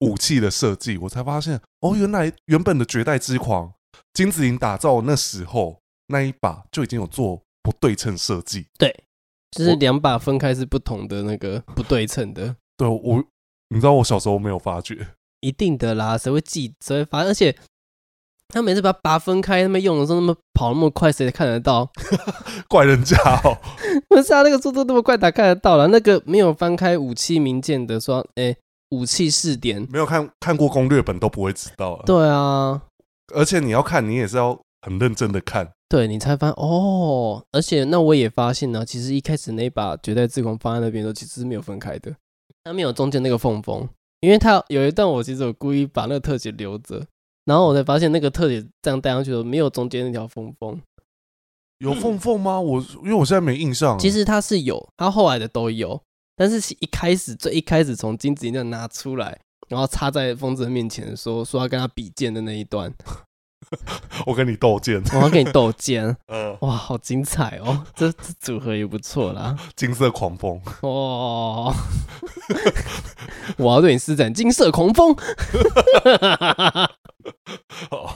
S1: 武器的设计，我才发现哦，原来原本的《绝代之狂》金子营打造那时候那一把就已经有做不对称设计。
S2: 对，就是
S1: 我
S2: 两把分开是不同的那个不对称的。
S1: 对我，你知道我小时候没有发觉，
S2: 一定的啦，谁会记，谁会发？而且他每次把它拔分开，他们用的时候，那么跑那么快，谁看得到？ [laughs]
S1: 怪人家哦。
S2: 不是啊，那个速度那么快，哪看得到了？那个没有翻开武器名鉴的说，哎、武器试点，
S1: 没有看看过攻略本都不会知道啊。
S2: 对啊，
S1: 而且你要看，你也是要很认真的看。
S2: 对你才发现哦。而且那我也发现呢、啊其实一开始那把绝代之光放在那边的时候，其实是没有分开的，它没有中间那个缝缝，因为它有一段我其实有故意把那个特写留着。然后我才发现，那个特写这样戴上去的时候没有中间那条缝缝，
S1: 有缝缝吗？我因为我现在没印象了。
S2: 嗯其实它是有，它后来的都有，但是一开始最一开始从金子那拿出来，然后插在疯子的面前说说要跟他比剑的那一段，
S1: 我跟你斗剑，
S2: 我要跟你斗剑，
S1: 呃，
S2: 哇，好精彩哦！这这组合也不错啦，
S1: 金色狂风。
S2: 哦， [laughs] 我要对你施展金色狂风， [laughs]
S1: [laughs] 哦，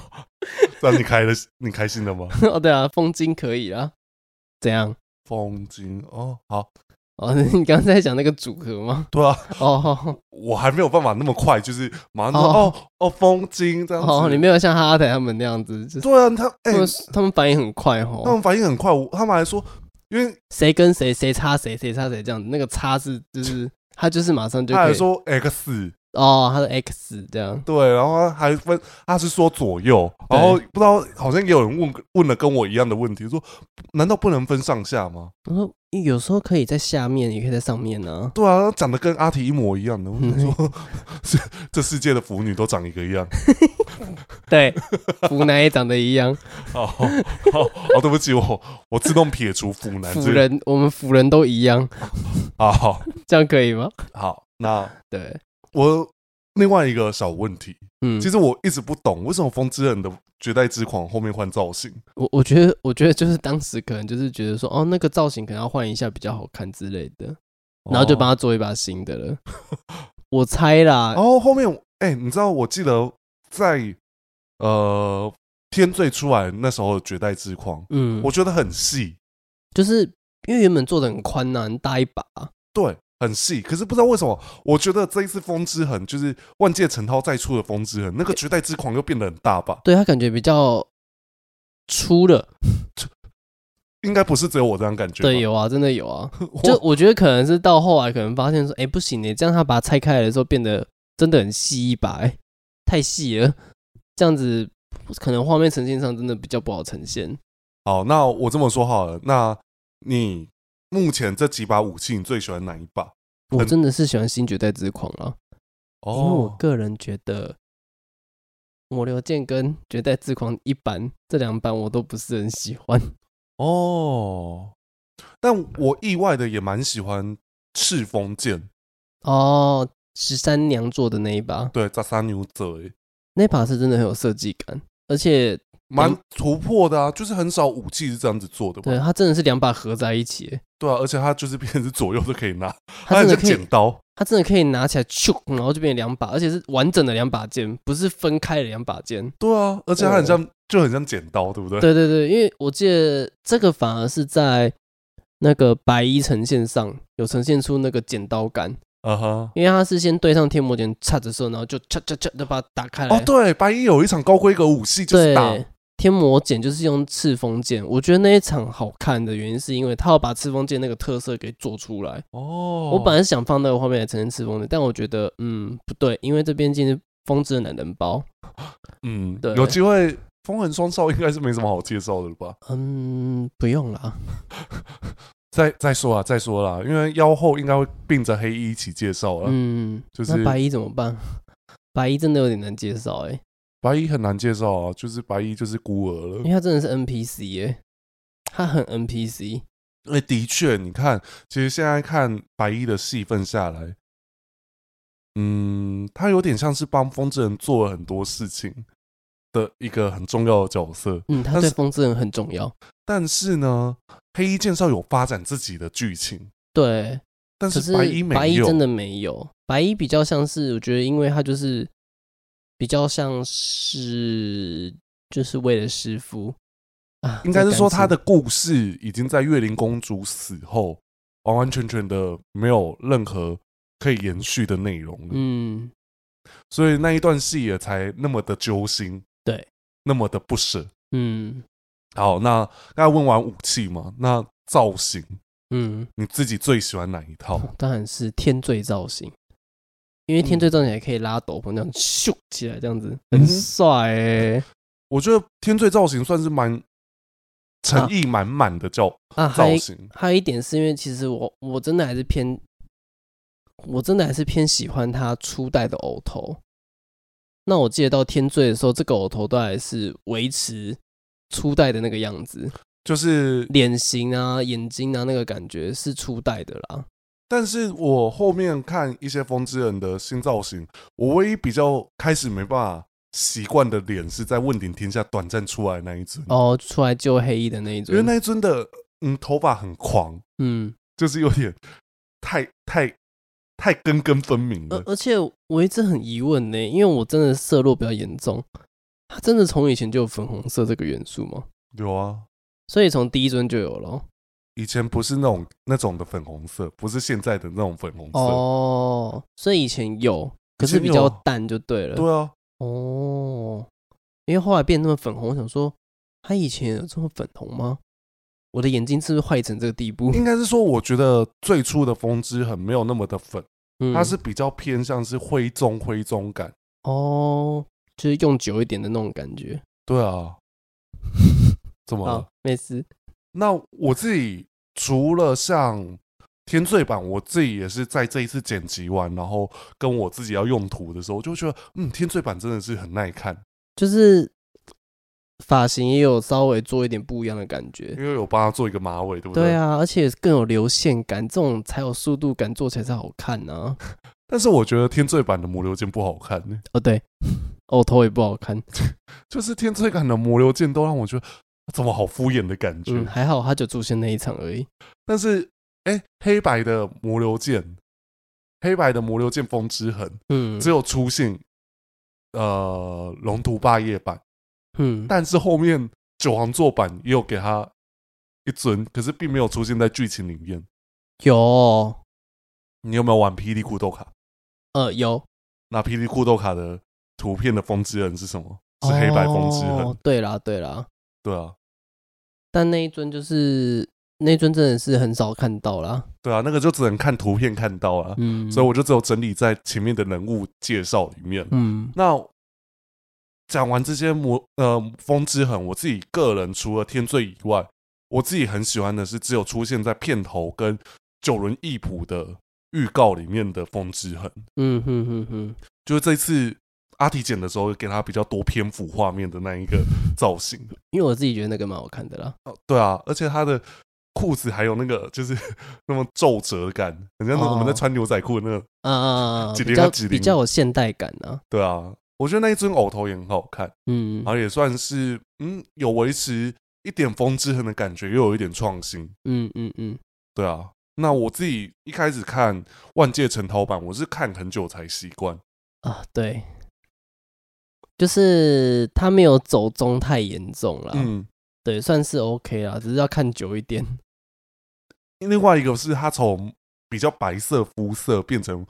S1: 让你开了，你开心了吗？
S2: 哦对啊，风金可以啊，怎样？
S1: 风景哦，好，
S2: 哦， [laughs] 你刚才在讲那个组合吗？
S1: 对啊，
S2: 哦
S1: 我还没有办法那么快，就是马上说
S2: 哦
S1: 哦哦，风景这样子。
S2: 哦，你没有像哈哈台他们那样子，就是
S1: 对啊，他哎、
S2: 他们他们反应很快哦。
S1: 他们反应很快，我他们还说，因为
S2: 谁跟谁谁插谁谁插谁这样子，那个插是
S1: [laughs]
S2: 就是他就是马上就
S1: 他
S2: 可
S1: 还
S2: 以
S1: 说 X，
S2: 哦，他的 X 这样，
S1: 对，然后他还分，他是说左右，
S2: 对
S1: 然后不知道好像也有人问问了跟我一样的问题，说难道不能分上下吗？
S2: 我说有时候可以在下面，也可以在上面呢、
S1: 对啊，长得跟阿提一模一样的，我
S2: 嗯
S1: 想
S2: [laughs]
S1: 说，这这世界的腐女都长一个样。
S2: 对， [laughs] 腐男也长得一样，
S1: 哦，好，哦，对不起，我我自动撇除腐 [laughs] 男
S2: 腐
S1: 这个
S2: 人我们腐人都一样，
S1: 啊，好
S2: 这样可以吗？
S1: 好，那
S2: 对，
S1: 我另外一个小问题，
S2: 嗯，
S1: 其实我一直不懂为什么风之刃的绝代之狂后面换造型，
S2: 我我觉得我觉得就是当时可能就是觉得说哦那个造型可能要换一下比较好看之类的，然后就帮
S1: 哦
S2: 他做一把新的
S1: [laughs]
S2: 了，我猜啦，
S1: 哦后面我，哎、你知道我记得在呃天罪出来那时候的绝代之狂，
S2: 嗯，
S1: 我觉得很细，
S2: 就是因为原本做的很宽啊呐、很大一把、
S1: 对。很细，可是不知道为什么，我觉得这一次风之痕就是万界陈涛再出的风之痕，那个绝代之狂又变得很大吧？
S2: 对他感觉比较粗了，
S1: 应该不是只有我这样感觉吧。
S2: 对，有啊，真的有啊。 [laughs] 就我觉得可能是到后来，可能发现说，哎、不行呢，这样它把它拆开来的时候变得真的很细一把、诶太细了，这样子可能画面呈现上真的比较不好呈现。
S1: 好，那我这么说好了，那你目前这几把武器，你最喜欢哪一把？
S2: 我
S1: 很
S2: 真的是喜欢《星绝代之狂》啊，因为我
S1: 哦，
S2: 个人觉得《魔流剑》跟《绝代之狂》一版这两版我都不是很喜欢。
S1: 哦，但我意外的也蛮喜欢赤峰剑，
S2: 哦，十三娘做的那一把，
S1: 对，扎沙牛者，欸
S2: 那把是真的很有设计感，而且
S1: 蛮突破的啊，就是很少武器是这样子做的
S2: 嗯对啊
S1: 嘛。
S2: 它真的是两把合在一起，诶
S1: 对啊，而且它就是变成是左右都可以拿，
S2: 它
S1: 很
S2: 真的
S1: 像
S2: 可以
S1: 剪刀。
S2: 它真的可以拿起来咻，然后就变成两把，而且是完整的两把剑，不是分开的两把剑。
S1: 对啊，而且它很像，就很像剪刀，对不对？
S2: 哦对对对，因为我记得这个反而是在那个白衣呈现上有呈现出那个剪刀感，
S1: 啊哈。
S2: 因为它是先对上天魔剑插着射，然后就插插插的把它打开来。
S1: 哦，对，白衣有一场高规格武戏就是打
S2: 对，天魔剑就是用赤峰剑，我觉得那一场好看的原因是因为他要把赤峰剑那个特色给做出来。
S1: 哦，
S2: 我本来是想放那个画面来呈现赤峰剑，但我觉得嗯不对，因为这边竟是风之的男人包。
S1: 嗯，
S2: 对
S1: 有机会风痕双少应该是没什么好介绍的了吧？ [laughs]
S2: 嗯，不用啦。
S1: 再再说啊，再说啦，因为妖后应该会并着黑衣一起介绍了。
S2: 嗯，
S1: 就是
S2: 那白衣怎么办？白衣真的有点难介绍哎、
S1: 白衣很难介绍啊，就是白衣就是孤儿了
S2: 因为。他真的是 NPC 哎、他很 NPC。
S1: 哎、的确，你看，其实现在看白衣的戏份下来，嗯，他有点像是帮风之人做了很多事情的一个很重要的角色。
S2: 嗯，他
S1: 但
S2: 对
S1: 是
S2: 风之人很重要。
S1: 但是呢，黑衣剑少有发展自己的剧情，
S2: 对，
S1: 但
S2: 可
S1: 是白衣没有。
S2: 白衣真的没有，白衣比较像是我觉得，因为他就是比较像是就是为了师傅啊，
S1: 应该是说他
S2: 的
S1: 的故事已经在月灵公主死后完完全全的没有任何可以延续的内容了，
S2: 嗯，
S1: 所以那一段戏也才那么的揪心，
S2: 对，
S1: 那么的不舍。
S2: 嗯
S1: 好，那刚才问完武器嘛，那造型
S2: 嗯，
S1: 你自己最喜欢哪一套？
S2: [laughs] 当然是天罪造型，因为天罪造型还可以拉斗篷，这样咻起来，这样子
S1: 嗯
S2: 很帅哎、
S1: 我觉得天罪造型算是蛮诚意满满的造
S2: 啊！还有
S1: 造
S2: 一
S1: 型，
S2: 还有一点是因为其实我我真的还是偏，我真的还是偏喜欢他初代的偶头。那我记得到天罪的时候，这个偶头都还是维持初代的那个样子，
S1: 就是
S2: 脸型啊、眼睛啊那个感觉是初代的啦。
S1: 但是我后面看一些风之人的新造型，我唯一比较开始没办法习惯的脸是在问鼎天下短暂出来那一尊，
S2: 哦，出来救黑衣的那一
S1: 因为
S2: 尊，
S1: 那一尊的嗯头发很狂，
S2: 嗯，
S1: 就是有点太太太根根分明
S2: 而
S1: 了。
S2: 而且我一直很疑问呢、因为我真的色弱比较严重，他真的从以前就有粉红色这个元素吗？
S1: 有啊，
S2: 所以从第一尊就有了哦
S1: 以前不是那种那种的粉红色，不是现在的那种粉红色。
S2: 哦，所以以前有，可
S1: 以
S2: 是
S1: 前
S2: 比较
S1: 有啊
S2: 淡就对了。
S1: 对啊，
S2: 哦，因为后来变那么粉红，我想说他以前有这么粉红吗？我的眼睛是不是坏成这个地步？
S1: 应该是说，我觉得最初的风之很没有那么的粉，
S2: 嗯，
S1: 它是比较偏向是灰棕灰棕感。
S2: 哦，就是用久一点的那种感觉。
S1: 对啊，怎么了
S2: 好？，没事。
S1: 那我自己除了像天罪版，我自己也是在这一次剪辑完，然后跟我自己要用图的时候，我就觉得，嗯，天罪版真的是很耐看，
S2: 就是发型也有稍微做一点不一样的感觉。
S1: 因为有帮他做一个马尾，对不
S2: 对啊，而且更有流线感，这种才有速度感，做起来才好看啊呢、
S1: 但是我觉得天罪版的魔流剑不好看，欸 [laughs]
S2: 哦，对，哦，头也不好看。
S1: 就是天罪版的魔流剑都让我觉得怎么好敷衍的感觉。
S2: 嗯，还好他就出现那一场而已。
S1: 但是，哎、黑白的魔流剑，黑白的魔流剑风之痕
S2: 嗯，
S1: 只有出现，呃，龙图霸业版。
S2: 嗯，
S1: 但是后面九皇座版也有给他一尊，可是并没有出现在剧情里面。
S2: 有，
S1: 你有没有玩霹雳酷斗卡？
S2: 呃，有
S1: 那霹雳酷斗卡的图
S2: 哦
S1: 片的风之痕是什么？是黑白风之痕。
S2: 哦。对啦，对啦，
S1: 对啊，
S2: 但那一尊就是那一尊真的是很少看到啦。
S1: 对啊，那个就只能看图片看到啊，
S2: 嗯，
S1: 所以我就只有整理在前面的人物介绍里面。
S2: 嗯
S1: 那讲完这些魔呃风之痕，我自己个人除了天罪以外，我自己很喜欢的是只有出现在片头跟九轮易普的预告里面的风之痕，
S2: 嗯哼哼哼，
S1: 就是这次阿体剪的时候给他比较多篇幅画面的那一个造型。
S2: 因为我自己觉得那个蛮好看的啦。
S1: 哦对啊，而且他的裤子还有那个就是 [laughs] 那么皱褶感，很像
S2: 哦
S1: 我们在穿牛仔裤的那个。
S2: 啊啊啊啊，
S1: 吉
S2: 比
S1: 林
S2: 较
S1: 啊吉林
S2: 比较有现代感啊。
S1: 对啊，我觉得那一尊偶头也很好看。
S2: 嗯
S1: 然后也算是嗯有维持一点风之痕的感觉，又有一点创新，
S2: 嗯嗯嗯，
S1: 对啊。那我自己一开始看《万界城涛版》，我是看很久才习惯，
S2: 啊，对，就是他没有走中太严重啦，
S1: 嗯。
S2: 对，算是 OK 啦，只是要看久一点。
S1: 另外一个是他从比较白色肤色变成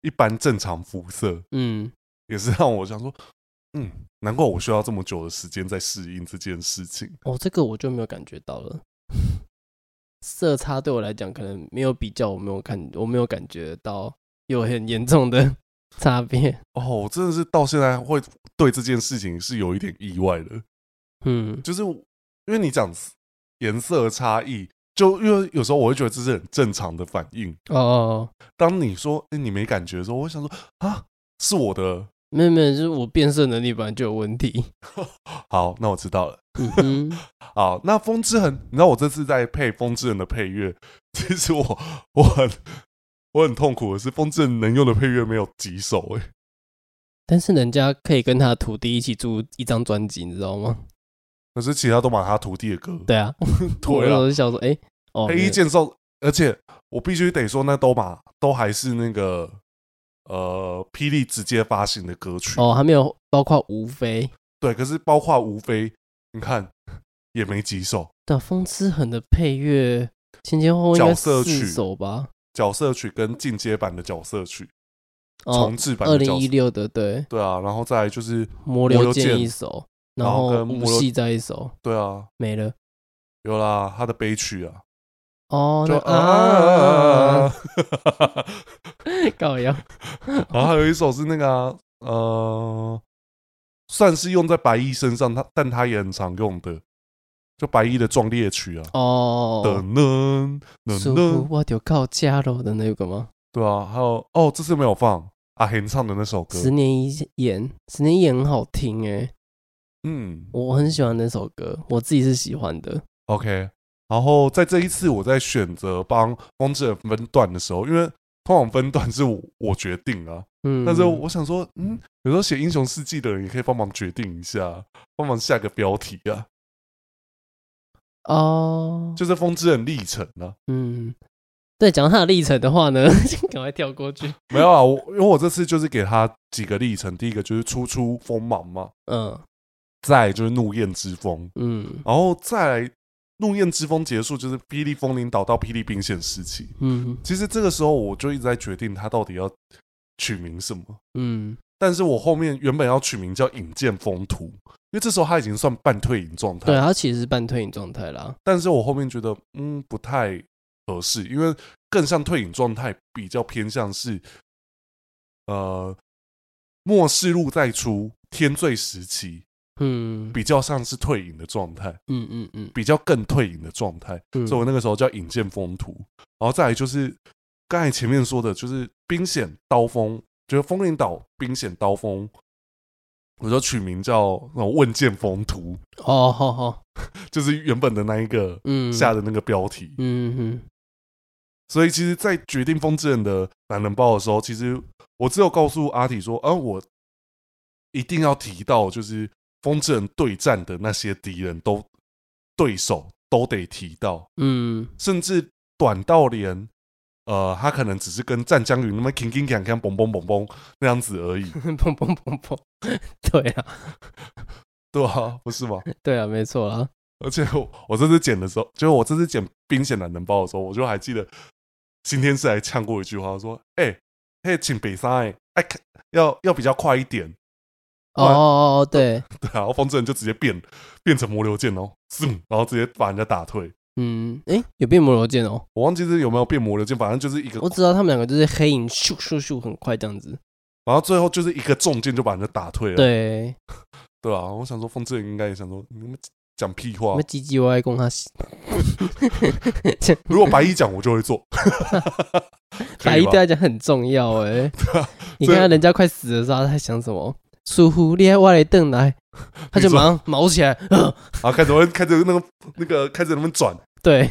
S1: 一般正常肤色，
S2: 嗯
S1: 也是让我想说，嗯，难怪我需要这么久的时间在适应这件事情。
S2: 哦，这个我就没有感觉到了。色差对我来讲可能没有比较，我没有看，我没有感觉到有很严重的 [laughs] 差别。
S1: 哦，我真的是到现在会对这件事情是有一点意外的。
S2: 嗯
S1: 就是我因为你讲颜色差异，就因为有时候我会觉得这是很正常的反应。
S2: 哦哦，哦
S1: 当你说“哎、你没感觉”的时候，我会想说啊，是我的。
S2: 没有没有，就是我变色能力本来就有
S1: [laughs]
S2: 问题。
S1: 好，那我知道了。
S2: 嗯哼，
S1: 好，那《风之痕》，你知道我这次在配《风之痕》的配乐，其实我我很我很痛苦的是，《风之痕》能用的配乐没有几首、欸，哎，
S2: 但是人家可以跟他的徒弟一起出一张专辑，你知道吗？
S1: 可是其他都把他徒弟的歌，
S2: 对啊，我
S1: 哦对
S2: 那时候
S1: 了，
S2: 就想说，哎、哦，
S1: 黑衣剑兽，而且我必须得说，那都嘛都还是那个呃霹雳直接发行的歌曲
S2: 哦，还没有包括吴飞。
S1: 对，可是包括无非，你看也没几首
S2: 对啊，《风之痕》的配乐前前后后应
S1: 角
S2: 该
S1: 色
S2: 四
S1: 曲
S2: 首吧？
S1: 角色曲跟进阶版的角色曲、
S2: 哦
S1: 重，置版
S2: 二
S1: 的角
S2: 零
S1: 色
S2: 一，六的对，《
S1: 对啊，然后再来就是
S2: 魔
S1: 流
S2: 流
S1: 剑
S2: 剑》一首，然
S1: 然后
S2: 后
S1: 跟
S2: 武
S1: 魔流
S2: 戏再一首，
S1: 对啊，
S2: 没了。
S1: 有啦，他的悲曲啊，
S2: 哦，
S1: 就
S2: 那
S1: 啊
S2: 啊，， [laughs] 搞呀，
S1: 然后还有一首是那个啊、呃，算是用在白衣身上，他但他也很常用的，就白衣的壮烈曲啊，
S2: 哦，
S1: 等等等
S2: 舒
S1: 等
S2: 服，，我就靠家了的那个吗？
S1: 对啊，还有哦，这次没有放阿恒唱的那首歌，
S2: 十年一演，十年一演很好听诶，
S1: 嗯，
S2: 我很喜欢那首歌，我自己是喜欢的。
S1: OK，然后在这一次我在选择帮汪志仁分段的时候，因为通往分段是我我决定啊，
S2: 嗯，
S1: 但是我想说，嗯，有时候写英雄事迹的人也可以帮忙决定一下，帮忙下个标题啊，
S2: 哦，
S1: 就是风之人历程啊。
S2: 嗯，对，讲他的历程的话呢， [laughs] 赶快跳过去。
S1: 没有啊，我因为我这次就是给他几个历程，第一个就是初出锋芒嘛，
S2: 嗯
S1: 再来就是怒焰之风，
S2: 嗯
S1: 然后再来怒焰之风结束就是霹雳风领导到霹雳兵线时期。
S2: 嗯
S1: 其实这个时候我就一直在决定他到底要取名什么。
S2: 嗯，
S1: 但是我后面原本要取名叫引荐风图，因为这时候他已经算半退隐状态。
S2: 对，啊他其实是半退隐状态啦。
S1: 但是我后面觉得，嗯，不太合适，因为更像退隐状态，比较偏向是，呃，末世录再出天罪时期，
S2: 嗯
S1: 比较像是退隐的状态，
S2: 嗯嗯嗯
S1: 比较更退隐的状态。
S2: 嗯，
S1: 所以我那个时候叫引荐风图，然后再来就是刚才前面说的，就是冰险刀锋，就是风铃岛冰险刀锋，我就取名叫那种问剑风图，
S2: 哦好好，
S1: 就是原本的那一个
S2: 嗯
S1: 下的那个标题。
S2: 嗯嗯
S1: 所以其实，在决定风之人的男人包的时候，其实我只有告诉阿体说，嗯、我一定要提到，就是风之人对战的那些敌人都对手都得提到，
S2: 嗯 [laughs]
S1: 甚至短到连呃，他可能只是跟湛江云那么 king king 锵锵嘣嘣嘣嘣那样子而
S2: [laughs]
S1: 已，
S2: 嗯，砰砰砰砰，对啊
S1: 对啊，不是吗？
S2: 对啊，没错啦。
S1: 而且我我这次剪的时候，就是我这次剪冰险男人包的时候，我就还记得新天是还呛过一欸句话，说：“哎、嘿，请北山哎、哎，要要比较快一点。
S2: 哦哦哦，对，
S1: 对啊，然后风之人就直接变变成魔流剑哦，嗯，然后直接把人家打退。
S2: 嗯，诶，有变魔罗剑哦，
S1: 我忘记是有没有变魔流剑，反正就是一个
S2: 我，只知道他们两个就是黑影咻咻咻很快这样子。
S1: 然后最后就是一个重剑就把人家打退了。
S2: 对，
S1: 对啊，我想说风之人应该也想说你们讲屁话
S2: 那，唧唧歪歪攻他 [laughs] 死，这样
S1: 如果白衣讲我就会
S2: [laughs]
S1: 做，可
S2: 白
S1: 以
S2: 衣
S1: 吧
S2: 对他讲很重要
S1: [laughs]
S2: 哎
S1: 啊。
S2: 你
S1: 这
S2: 看看人家快死的时候他在想什么？疏忽厉害，挖了一瞪
S1: [laughs]
S2: 来，他
S1: 你
S2: 就
S1: 说
S2: 马上毛起来。呃
S1: 然后啊开始开始那个那个开始那边转
S2: [laughs] 对，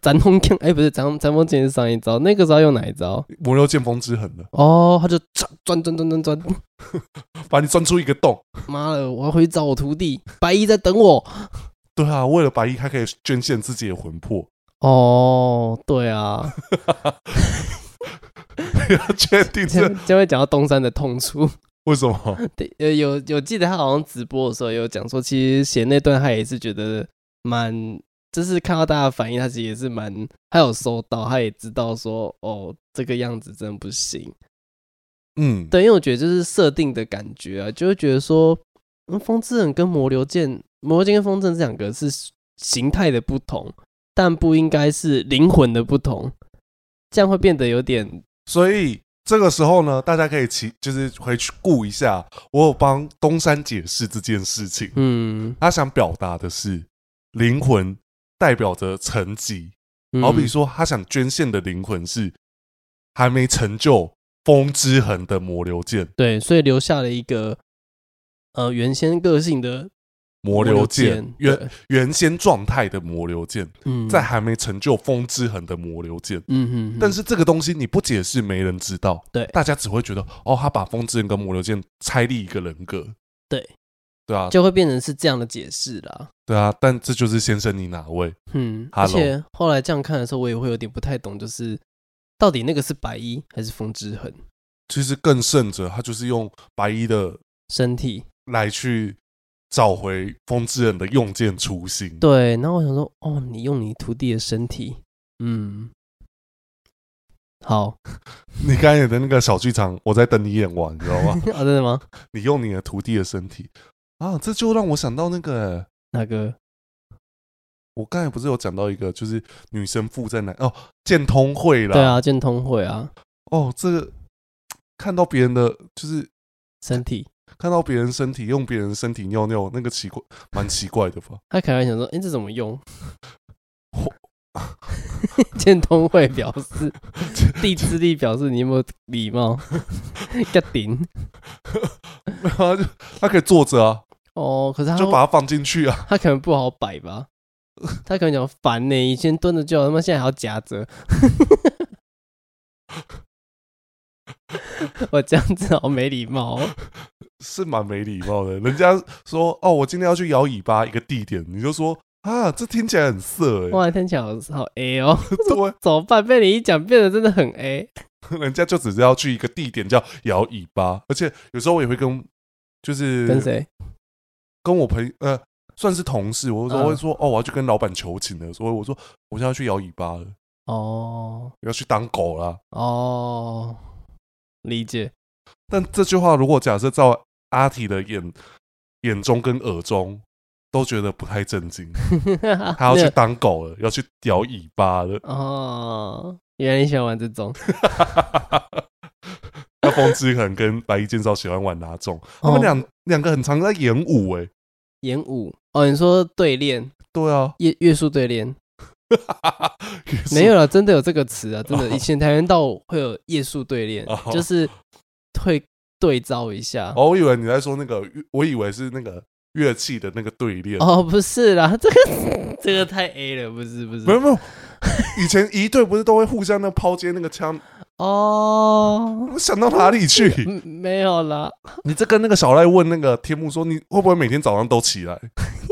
S2: 斩风剑，哎，不是斩斩风剑是上一招，那个招用哪一招？
S1: 魔流剑锋之痕了，
S2: 哦，他就钻钻钻钻钻，
S1: 把你钻出一个洞。
S2: 妈的，我要回去找我徒弟，白衣在等我。
S1: 对啊，为了白衣，他可以捐献自己的魂魄， [laughs]
S2: 哦，对啊，
S1: 确定
S2: [laughs] 这
S1: 是
S2: 将会讲到东山的痛处。
S1: 为什么？
S2: 对，呃，有有记得他好像直播的时候有讲说，其实写那段他也是觉得蛮，就是看到大家的反应，他其实也是蛮，他有收到，他也知道说，哦，这个样子真的不行。
S1: 嗯，
S2: 对，因为我觉得就是设定的感觉啊，就会觉得说，嗯，风之刃跟魔流剑，魔流剑跟风之刃这两个是形态的不同，但不应该是灵魂的不同，这样会变得有点
S1: 所以这个时候呢，大家可以其就是回去顾一下，我有帮东山解释这件事情。
S2: 嗯，
S1: 他想表达的是，灵魂代表着层级，好比
S2: 嗯
S1: 说他想捐献的灵魂是还没成就风之痕的魔流剑，
S2: 对，所以留下了一个呃原先个性的
S1: 魔流剑
S2: 对
S1: 原原先状态的魔流剑，
S2: 嗯，
S1: 在还没成就风之痕的魔流剑。
S2: 嗯哼哼，
S1: 但是这个东西你不解释，没人知道。
S2: 对
S1: 大家只会觉得哦，他把风之痕跟魔流剑拆立一个人格。
S2: 对，
S1: 对啊，
S2: 就会变成是这样的解释啦。
S1: 对啊。但这就是先生你哪位？
S2: 嗯，而
S1: Hello
S2: 且后来这样看的时候，我也会有点不太懂，就是到底那个是白衣还是风之痕
S1: 其实更甚者，他就是用白衣的
S2: 身体？
S1: 来去找回风之痕的用剑初心。
S2: 对，然后我想说，哦，你用你徒弟的身体，嗯，好， [laughs]
S1: [laughs] 你刚才演的那个小剧场，我在等你演完，你知道
S2: [laughs]
S1: 吗？
S2: 啊，真的吗？
S1: 你用你的徒弟的身体啊，这就让我想到那个、欸
S2: 那个
S1: 我刚才不是有讲到一个，就是女生附在男哦剑通会啦，
S2: 对啊，剑通会啊，
S1: 哦，这个看到别人的就是
S2: 身体，
S1: 看到别人身体用别人身体尿尿，那个奇怪，蛮奇怪的吧？
S2: 他可能想说，哎，这怎么用
S1: [laughs]
S2: [laughs]
S1: 嚯？
S2: 剑通会表
S1: [laughs]
S2: 示，地之力表示你有没有礼貌？个顶
S1: 没有啊，就他可以坐着啊，
S2: 哦，可是他
S1: 就把它放进去啊。
S2: 他可能不好摆吧，他可能讲烦呢，以前蹲着就好，他妈现在还要夹着。 [laughs] 我这样子好没礼貌、哦，
S1: 是蛮没礼貌的。人家说哦，我今天要去摇尾巴一个地点，你就说啊，这听起来很色 [laughs] 哎、
S2: 哇，听起来好好 A 哦，
S1: 欸。
S2: 怎么办？被你一讲变得真的很 A。
S1: 对，人家就只是要去一个地点叫摇尾巴，而且有时候我也会跟就是
S2: 跟谁？
S1: 跟我朋友呃。算是同事，我说
S2: 嗯
S1: 我会说、哦，我要去跟老板求情了，所以我说我现在要去摇尾巴了，
S2: 哦
S1: 要去当狗啦。
S2: 哦，理解。
S1: 但这句话如果假设照阿体的眼眼中跟耳中都觉得不太正经，
S2: [laughs]
S1: 他要去当狗了，要去摇尾巴了，
S2: 哦，原来你喜欢玩这种。
S1: 那风之痕跟白衣剑少喜欢玩哪种？他们
S2: 哦
S1: 两两个很常在演武哎、
S2: 演武哦，你说对练
S1: 对啊，
S2: 乐乐术对练，
S1: 也是
S2: 没有了，真的有这个词啊，真的。
S1: 哦
S2: 以前跆拳道会有夜宿对练
S1: 哦，
S2: 就是会对照一下。
S1: 哦，我以为你在说那个，我以为是那个乐器的那个对练，
S2: 哦，不是啦， [laughs] 这个这个太 A 了，不是不是
S1: 没。有没有，以前一队不是都会互相的抛接那个枪， [laughs]
S2: 哦，
S1: 我想到哪里
S2: [laughs]
S1: 去？
S2: 嗯没有啦，
S1: 你这跟那个小赖问那个天幕说，你会不会每天早上都起来？ [laughs]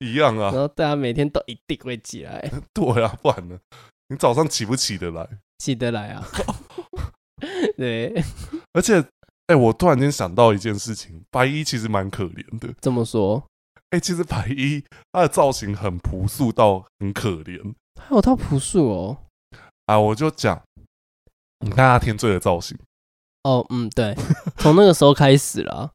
S1: 一样
S2: 然
S1: 啊，
S2: 后大家每天都一定会
S1: [laughs]
S2: 起来，
S1: 对啊，不然呢？你早上起不起得来？
S2: 起得来
S1: [laughs]
S2: 啊。对，
S1: 而且，哎、我突然间想到一件事情，白衣其实蛮可怜的。
S2: 这么说，
S1: 哎、其实白衣他的造型很朴素到很可怜
S2: 还有套朴素哦。
S1: 啊！我就讲，嗯你看他天罪的造型，
S2: 哦，嗯，对，从那个时候开始啦。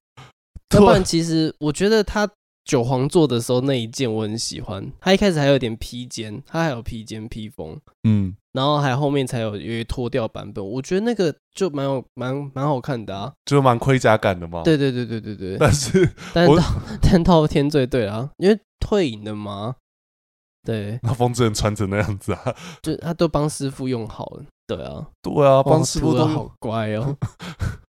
S2: 要不然
S1: [laughs] 对啊
S2: 其实我觉得他九皇做的时候那一件我很喜欢，他一开始还有点披肩，他还有披肩披风，
S1: 嗯，
S2: 然后还后面才有有一脱掉版本，我觉得那个就蛮有蛮蛮好看的啊。
S1: 就是蛮盔甲感的嘛。，
S2: 对对对对对对，
S1: 但是
S2: 但
S1: 我
S2: 到但到天最对啊，因为退隐的嘛，对，
S1: 那风之人穿成那样子啊， [laughs]
S2: 就他都帮师傅用好了，对啊，
S1: 对啊，
S2: 哇
S1: 帮师傅
S2: 徒儿
S1: 都。
S2: 好乖哦。 [laughs]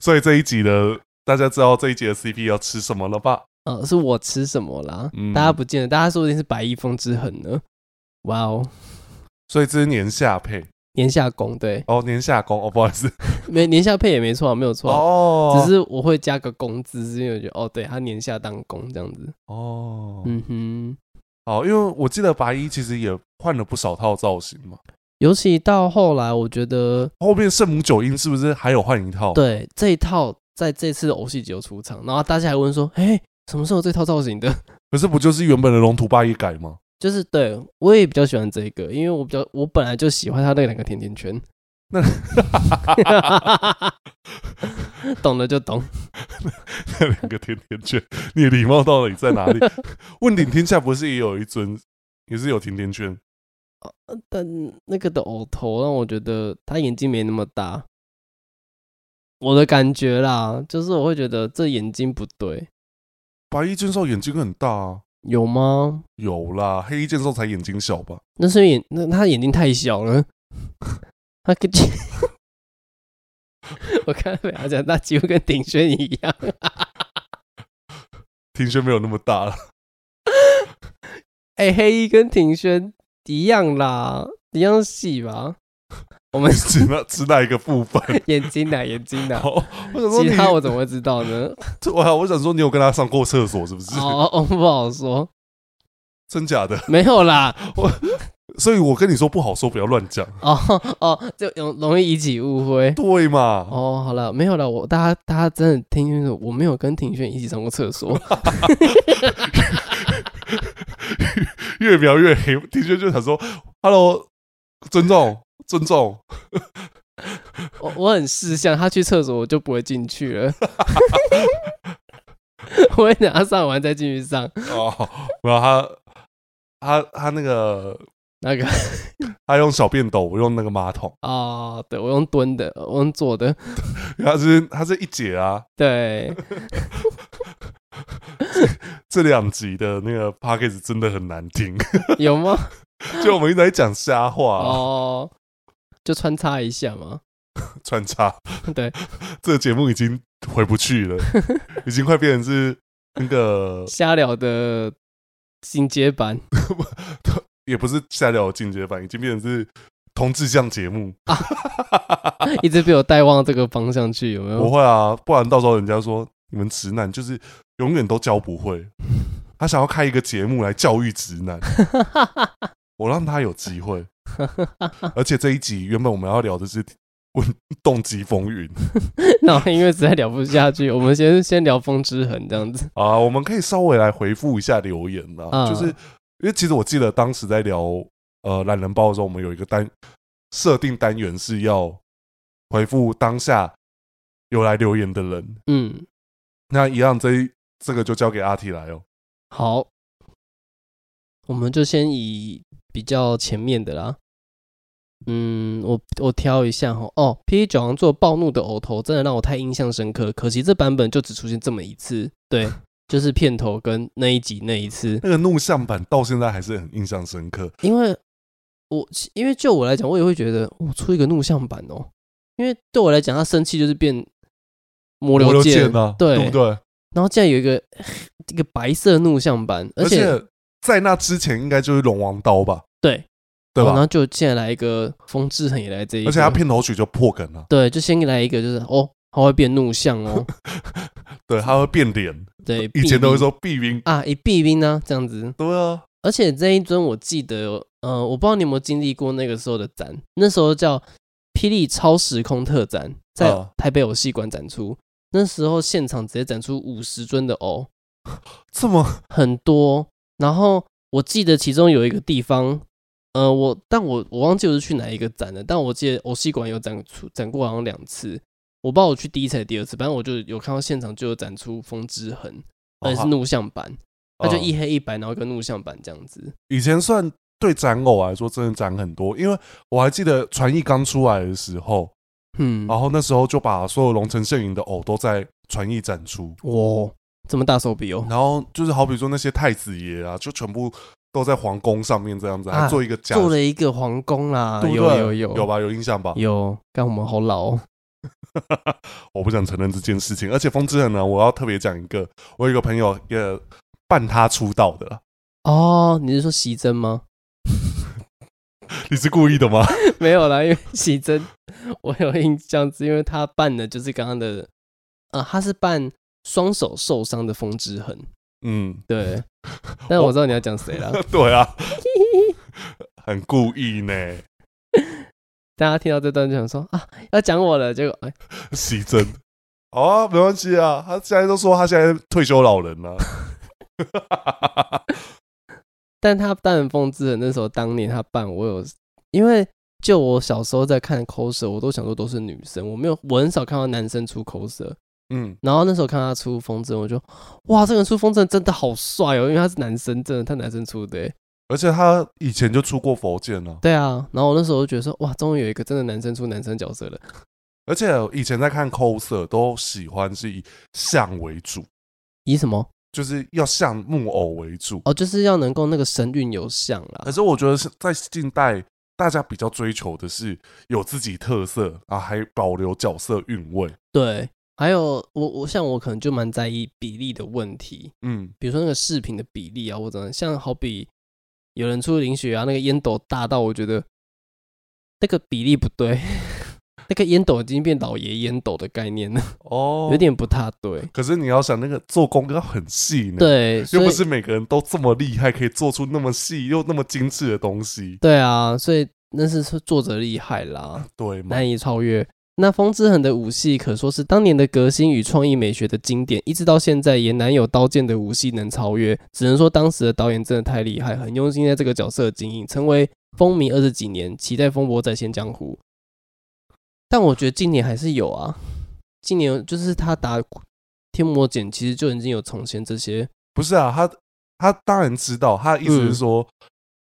S1: 所以这一集的大家知道这一集的 CP 要吃什么了吧？
S2: 呃，是我吃什么啦？
S1: 嗯
S2: 大家不见得，大家说不定是白衣风之痕呢。哇哦，
S1: 所以这是年下配
S2: 年下攻对，
S1: 哦，年下攻哦，不好意
S2: [laughs]
S1: 思
S2: 没年下配也没错、啊，没有错啊、
S1: 哦，
S2: 只是我会加个工资，是因为我觉得哦，对他年下当工这样子。
S1: 哦，
S2: 嗯哼，
S1: 好，因为我记得白衣其实也换了不少套造型嘛。
S2: 尤其到后来，我觉得
S1: 后面圣母九音是不是还有换一套？，
S2: 对这一套在这次的偶戏节有出场，然后大家还问说，哎，什么时候有这套造型的？ [laughs]
S1: 可是不就是原本的龙图霸也改吗？ [laughs]
S2: 就是对我也比较喜欢这个，因为我比较我本来就喜欢他那两个甜甜圈。
S1: 那 [laughs]
S2: [laughs] 懂了就懂，
S1: 那两个甜甜圈，你的礼貌到底在哪
S2: [laughs]
S1: 里？问鼎天下不是也有一尊，也是有甜甜圈？
S2: 但那个的偶头让我觉得他眼睛没那么大，我的感觉啦，就是我会觉得这眼睛不对，
S1: 白衣剑兽眼睛很大啊，
S2: 有吗？
S1: 有啦，黑衣剑兽才眼睛小吧？
S2: 那是因为眼那他眼睛太小了，他跟 [laughs] 我看到他讲，他几乎跟鼎轩一样，
S1: 庭轩没有那么
S2: [laughs]
S1: 大了。
S2: 哎、黑衣跟鼎轩一样啦，一样细吧？我们
S1: 只那只那一个部分。
S2: 眼睛呐，眼睛呐，
S1: [laughs] 好，
S2: [laughs]
S1: 我想说
S2: 其
S1: 你，
S2: 他我怎么会知道
S1: [laughs]
S2: 呢？
S1: 我我想说你有跟他上过厕所是不是？
S2: 哦，哦不好说，
S1: [laughs] 真假的？
S2: 没有啦，
S1: 所以我跟你说不好说，不要乱讲，
S2: 哦哦，就容容易引起误会。
S1: 对嘛？
S2: 哦，好了，没有了，我大家大家真的听清楚，我没有跟庭轩一起上过厕所， [laughs]
S1: 越描越黑，庭轩就想说，Hello，尊重，尊重， [laughs]
S2: 我我很识相，他去厕所我就不会进去了， [laughs] 我会等他上完再进去上
S1: 哦，然后他他他那个
S2: 那个
S1: 他用小便斗，我用那个马桶，
S2: 哦，对我用蹲的，我用坐的，
S1: 他是他是一姐啊，
S2: 对，
S1: 这两集的那个 p a c k a g e 真的很难听，
S2: 有吗？
S1: [laughs] 就我们一直在讲瞎话、
S2: 哦，就穿插一下嘛，
S1: 穿插，
S2: 对，
S1: 这个节目已经回不去了，已经快变成是那个
S2: 瞎聊的进阶版 [laughs]
S1: 也不是下聊的进阶版，已经变成是同志向节目。
S2: 一直被我带往这个方向去，有没
S1: 不
S2: 有？ [laughs]
S1: 会啊，不然到时候人家说你们直男就是永远都教不会。他想要开一个节目来教育直男，我让他有机会。而且这一集原本我们要聊的是《问动机风云》
S2: [laughs] 那我因为实在聊不下去，我们先先聊风之痕这样 [laughs] 子。
S1: 啊，我们可以稍微来回复一下留言啦，
S2: 嗯
S1: 就是因为其实我记得当时在聊呃懒人包的时候，我们有一个单设定单元是要回复当下有来留言的人，
S2: 嗯，
S1: 那一样这一这个就交给阿 T 来哦。
S2: 好，我们就先以比较前面的啦。嗯，我我挑一下哈。哦，P 九王做暴怒的偶头真的让我太印象深刻，可惜这版本就只出现这么一次。 [laughs] 对，就是片头跟那一集那一次，
S1: 那个怒相版到现在还是很印象深刻，
S2: 因为我因为就我来讲，我也会觉得我、哦出一个怒相版哦，因为对我来讲，他生气就是变魔
S1: 我
S2: 流
S1: 都
S2: 剑，
S1: 见啊，
S2: 对
S1: 对不对？
S2: 然后竟然有一个 [laughs] 一个白色怒相版，而
S1: 而
S2: 且
S1: 且在那之前应该就是龙王刀吧，
S2: 对
S1: 对
S2: 哦
S1: 吧
S2: 然？后就进来一个风之痕也来这一个，
S1: 而且他片头曲就破梗啊了，
S2: 对，就先来一个就是哦，他会变怒相
S1: [laughs]
S2: 哦，
S1: 对，他会变脸，
S2: 对，
S1: 以前都会
S2: 避
S1: 说避晕
S2: 冰，啊，一避兵呢、这样子。
S1: 对啊，
S2: 而且这一尊我记得有，呃，我不知道你有没有经历过那个时候的展，那时候叫霹雳超时空特展，在
S1: 啊
S2: 台北偶戏馆展出。那时候现场直接展出五十尊的哦偶，
S1: 这么
S2: 很多。然后我记得其中有一个地方，呃，我但我我忘记我是去哪一个展了，但我记得偶戏馆有展出展过好像两次。我不知道我去第一次还是第二次，反正我就有看到现场就有展出《风之痕》，
S1: 哦
S2: 而且是怒像版，它就
S1: 嗯
S2: 一黑一白，然后跟怒像版这样子。
S1: 以前算对展偶来说真的展很多，因为我还记得传艺刚出来的时候，
S2: 嗯，
S1: 然后那时候就把所有龙城摄影的偶都在传艺展出，
S2: 哇，这么大手笔哦！
S1: 然后就是好比说那些太子爷啊，就全部都在皇宫上面这样子，
S2: 啊
S1: 还做一个假，
S2: 做了一个皇宫啦，
S1: 对不
S2: 有
S1: 对？
S2: 有有
S1: 有吧？有印象吧？
S2: 有，干我们好老哦。
S1: 我不想承认这件事情，而且风之痕呢，我要特别讲一个，我有一个朋友也伴他出道的啦，
S2: 哦，你是说喜珍吗？
S1: 你是故意的吗？ [laughs]
S2: [laughs] 没有啦，因为喜珍我有印象，是因为他扮的就是刚刚的，呃，他是扮双手受伤的风之痕，
S1: 嗯， [laughs]
S2: 对。但我知道你要讲谁啦， [laughs]
S1: 对啊，很故意呢，
S2: 大家听到这段就想说啊，要讲我了，结果哎，
S1: 西真。好啊，没关系啊，他现在都说他现在退休老人啊了、
S2: 但他扮风之痕那时候，当年他扮我有，因为就我小时候在看 coser，我都想说都是女生，我没有，我很少看到男生出 coser。
S1: [laughs] 嗯，
S2: 然后那时候看他出风筝，我就哇，这个人出风筝真的好帅哦，因为他是男生，真的他男生出的欸。
S1: 而且他以前就出过佛剑了、
S2: 对啊，然后我那时候就觉得说，哇，终于有一个真的男生出男生角色了。
S1: 而且以前在看 coser 都喜欢是以像为主，
S2: 以什么？
S1: 就是要像木偶为主。
S2: 哦，就是要能够那个神韵有像
S1: 可
S2: 啦。
S1: 是我觉得是在近代，大家比较追求的是有自己特色啊，还保留角色韵味。
S2: 对，还有我我像我可能就蛮在意比例的问题，
S1: 嗯，
S2: 比如说那个饰品的比例啊，或者像好比有人出林雪啊，那个烟斗大到我觉得那个比例不对， [laughs] 那个烟斗已经变老爷烟斗的概念了，
S1: 哦
S2: 有。点不大对。
S1: 可是你要想，那个做工要很细呢。。
S2: 对，所
S1: 又
S2: 以
S1: 不是每个人都这么厉害，可以做出那么细又那么精致的东西，啊
S2: 对啊，所以那是说作者厉害啦，
S1: 对吗？
S2: 难以超越。那风之痕的武戏可说是当年的革新与创意美学的经典，一直到现在也难有刀剑的武戏能超越。只能说当时的导演真的太厉害，很用心在这个角色的经营，成为风靡二十几年，期待风波再现江湖。但我觉得今年还是有啊，今年有就是他打天魔剑，其实就已经有重现这些
S1: 不是啊，他他当然知道，他的意思是
S2: 嗯
S1: 说，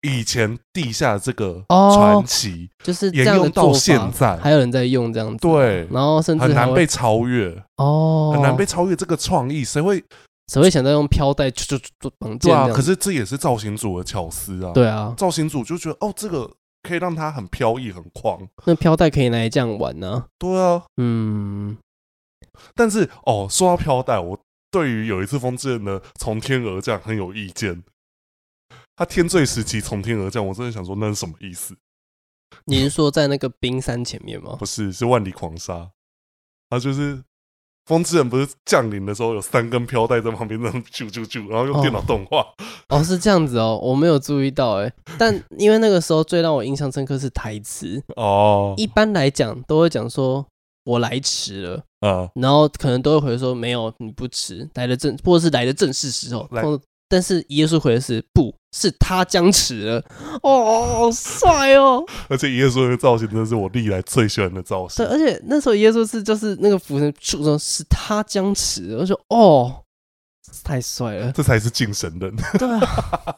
S1: 以前地下这个
S2: 哦
S1: 传奇
S2: 就是这
S1: 沿
S2: 样
S1: 用
S2: 的
S1: 到
S2: 做
S1: 现
S2: 法，
S1: 在，
S2: 还有人在用这样子。
S1: 对，
S2: 然后甚至
S1: 很
S2: 还
S1: 难
S2: 会
S1: 被超越，
S2: 哦，
S1: 很难被超越这个创意，谁会
S2: 谁会想到用飘带就就就绑
S1: 对
S2: 剑
S1: 啊？
S2: 这样
S1: 可是这也是造型组的巧思啊，，
S2: 对啊，
S1: 造型组就觉得哦，这个可以让他很飘逸、很狂，
S2: 那飘带可以拿来这样玩呢、
S1: 对啊。
S2: 嗯，
S1: 但是哦，说到飘带，我对于有一次风之刃的从天而降很有意见。他天罪时期从天而降，我真的想说那是什么意思？
S2: 你是说在那个冰山前面吗？
S1: 不是，是万里狂沙。他就是风之刃，不是降临的时候有三根飘带在旁边那样啾啾啾，然后用
S2: 哦
S1: 电脑动画。
S2: 哦，是这样子哦，我没有注意到哎、但因为那个时候最让我印象深刻是台词，
S1: 哦，
S2: 一般来讲都会讲说我来迟了，
S1: 啊，
S2: 然后可能都会回说没有你不迟，来的正或者是来的正是时候。
S1: 来
S2: 通但是耶稣回的是不是他僵持了，哦，好帅哦！
S1: 而且耶稣的造型真的是我历来最喜欢的造型，
S2: 对，。而且那时候耶稣是就是那个浮神触中是他僵持的，我就哦，太帅了
S1: 这才是敬神人，
S2: [laughs] 对啊，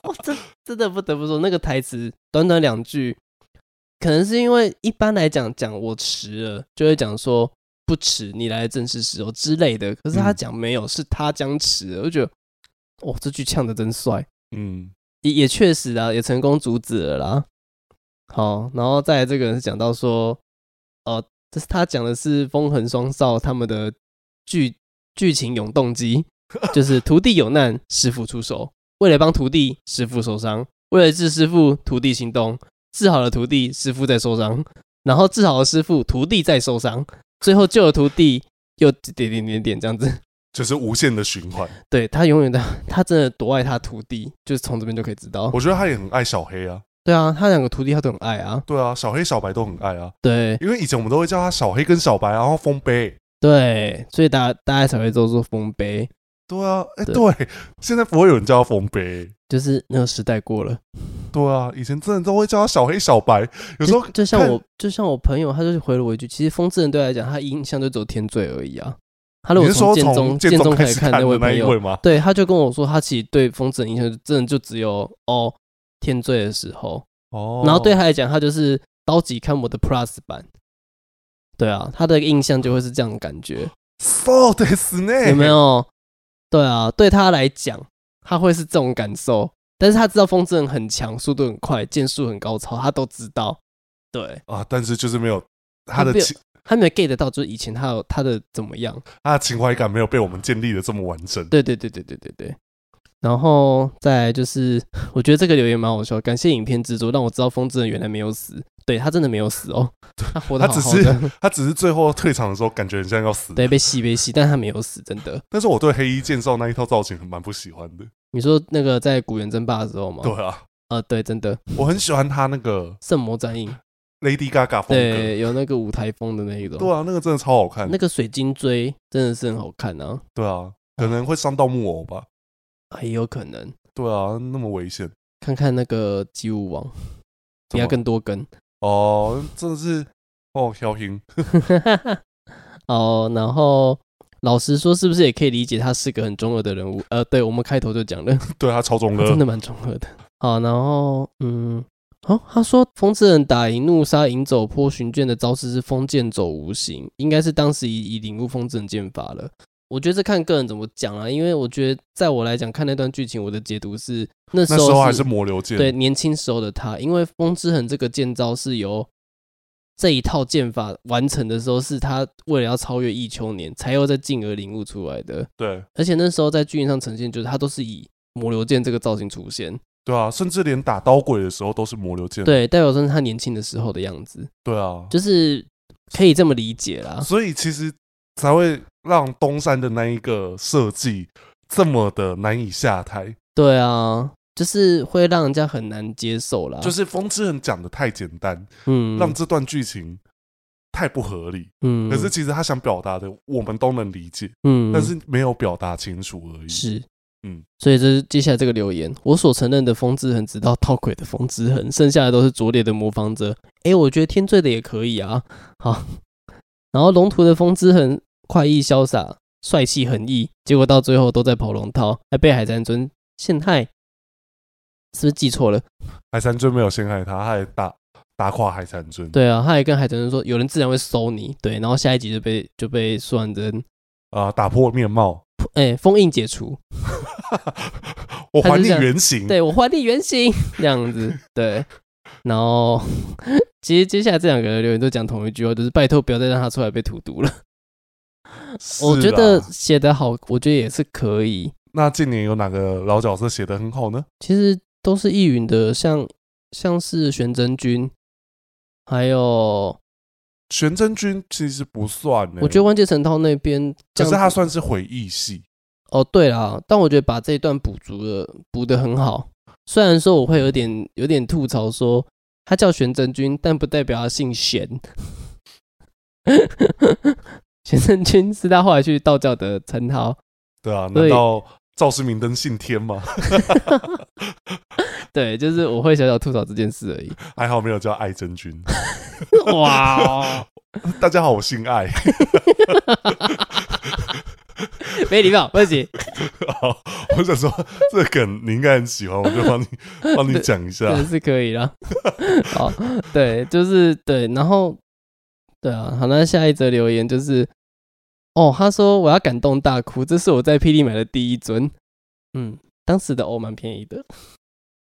S2: 我真真的不得不说那个台词短短两句，可能是因为一般来讲讲我迟了，就会讲说不迟，你来的正是时候之类的，可是他
S1: 嗯
S2: 讲没有，是他僵持了，我就觉得哦，这句呛的真帅，
S1: 嗯，
S2: 也也确实啊，也成功阻止了啦。好，然后再来这个人是讲到说，哦、这是他讲的是风痕双少他们的剧剧情永动机，就是徒弟有难，师傅出手。为了帮徒弟，师傅受伤；为了治师傅，徒弟行动。治好了徒弟，师傅再受伤，然后治好了师傅，徒弟再受伤，最后救了徒弟，又点点点点这样子。
S1: 就是无限的循环。
S2: 对他永远的， [laughs] 他真的多爱他徒弟，就是从这边就可以知道。
S1: 我觉得他也很爱小黑啊，
S2: 对啊，他两个徒弟他都很爱啊。
S1: 对啊，小黑小白都很爱啊，
S2: 对
S1: 因为以前我们都会叫他小黑跟小白，然后丰碑。
S2: 对，所以大家大家才会都说丰碑，
S1: 对啊，哎、
S2: 对
S1: 对，现在不会有人叫他丰碑，
S2: 就是那个时代过了。
S1: 对啊，以前真的都会叫他小黑小白，有时候
S2: 就就像
S1: 看
S2: 我，就像我朋友，他就回了我一句，其实风之人对我来讲，他印象就只有天罪而已啊。他如
S1: 你
S2: 果
S1: 是说
S2: 建
S1: 从
S2: 中建中
S1: 开
S2: 开
S1: 始
S2: 始看
S1: 的
S2: 那位
S1: 那
S2: 朋
S1: 一
S2: 友，
S1: 位吗？
S2: 对，他就跟我说，他其实对风之人印象就真的就只有哦天罪的时候，
S1: 哦，
S2: 然后对他啊来讲，他就是刀戟看我的 Plus 版。对啊，他的印象就会是这样的感觉，
S1: ，so 哦对死呢，
S2: 有没？有？对啊，对他来讲，他会是这种感受，但是他知道风之人很强，速度很快，剑术很高超，他都知道。对，
S1: 啊，但是就是没有他的
S2: 没有
S1: 情，
S2: 他没有 get 到，就是以前他有他的怎么样？
S1: 他的情怀感没有被我们建立的这么完整。
S2: 对对对对对对对。然后再来就是，我觉得这个留言蛮好笑，感谢影片制作让我知道风之人原来没有死，对他真的没有死哦，他活得
S1: 他
S2: 好
S1: 只
S2: 好的
S1: 是，他只是最后退场的时候感觉很像要死，
S2: [laughs] 对被戏被戏，但他没有死，真的。
S1: 但是我对黑衣剑少那一套造型很蛮不喜欢的。
S2: 你说那个在古元争霸的时候吗？
S1: 对，啊，
S2: 呃，对，真的
S1: 我很喜欢他那个
S2: 圣魔战印，
S1: Lady Gaga 风格，
S2: 对，有那个舞台风的那一种，
S1: 对啊，那个真的超好看
S2: 那。个水晶锥真的是很好看啊，
S1: 对啊，可能会伤到木偶吧。
S2: 很有可能
S1: 对啊，那么危险，
S2: 看看那个姬舞王，
S1: 怎
S2: 你
S1: 么
S2: 要更多根。 [laughs]
S1: 哦，真的是哦，小平，
S2: 哦，然后老实说，是不是也可以理解他是个很中二的人物？呃，对我们开头就讲了，
S1: 对他超中
S2: 他 [laughs] 真
S1: 二，
S2: 的蛮中二的。好，然后嗯，哦，他说风之人打赢怒杀引走坡寻卷的招式是风剑走无形，应该是当时已已领悟风之人剑法了。我觉得这看个人怎么讲啊啦、因为我觉得在我来讲，看那段剧情，我的解读是那时
S1: 那时候
S2: 候
S1: 还是魔流剑，
S2: 对年轻时候的他，因为风之痕这个剑招是由这一套剑法完成的时候，是他为了要超越忆秋年，才又再进而领悟出来的。
S1: 对
S2: 而且那时候在剧情上呈现，就是他都是以魔流剑这个造型出现，
S1: 对啊，甚至连打刀鬼的时候都是魔流剑，
S2: 对，代表说是他年轻的时候的样子，
S1: 对啊，
S2: 就是可以这么理解啦。
S1: 所以其实才会让东山的那一个设计这么的难以下台，
S2: 对啊，就是会让人家很难接受啦。
S1: 就是风之痕讲的太简单，
S2: 啊嗯，
S1: 让这段剧情太不合理。
S2: 嗯，
S1: 可是其实他想表达的，我们都能理解，
S2: 嗯，
S1: 但是没有表达清楚而已。
S2: 是，
S1: 嗯
S2: 嗯，所以这是接下来这个留言，我所承认的风之痕，直到套鬼的风之痕，剩下的都是拙劣的模仿者。诶，我觉得天罪的也可以啊，好。然后龙图的风之痕，快意潇洒，帅气横溢，结果到最后都在跑龙套，还被海战尊陷害，是不是记错了？
S1: 海山尊没有陷害他，他还打打垮海山尊。
S2: 对啊，他还跟海战尊说，有人自然会收你，对，然后下一集就被就被苏婉珍，
S1: 啊、打破面貌， [laughs]
S2: 诶，封印解除，
S1: 我还
S2: 他
S1: 你
S2: 是这样
S1: 原形。
S2: 对我还你原形这样子，对。然后，其实接下来这两个人留言都讲同一句话，就是拜托不要再让他出来被荼毒了。
S1: 是
S2: 我觉
S1: 啦
S2: 得写得好，我觉得也是可以。
S1: 那近年有哪个老角色写的很好呢？
S2: 其实都是易云的，像像是玄真君，还有
S1: 玄真君其实不算呢、
S2: 我觉得万界成涛那边这
S1: 可是
S2: 样子，
S1: 他算是回忆系，
S2: 哦对啦，但我觉得把这一段补足了，补得很好。虽然说我会有点有点吐槽说他叫玄真君，但不代表他姓玄。 [laughs] 玄真君是他后来去道教的称号，
S1: 对啊，
S2: 所
S1: 难
S2: 以
S1: 道赵世明灯姓天吗？ [laughs]
S2: 对，就是我会小小吐槽这件事而已。
S1: 还好没有叫爱真君。 [laughs]
S2: 哇、哦，
S1: 大家好，我姓爱。
S2: [laughs] 没礼貌，不行。
S1: 好 [laughs] 我想说这个梗你应该很喜欢，我就帮你帮你讲一下
S2: 真。的是可以啦。 [laughs] 好，对，就是对，然后对啊，好，那下一则留言就是，哦，他说我要感动大哭，这是我在霹雳买的第一尊，嗯，当时的欧蛮便宜的，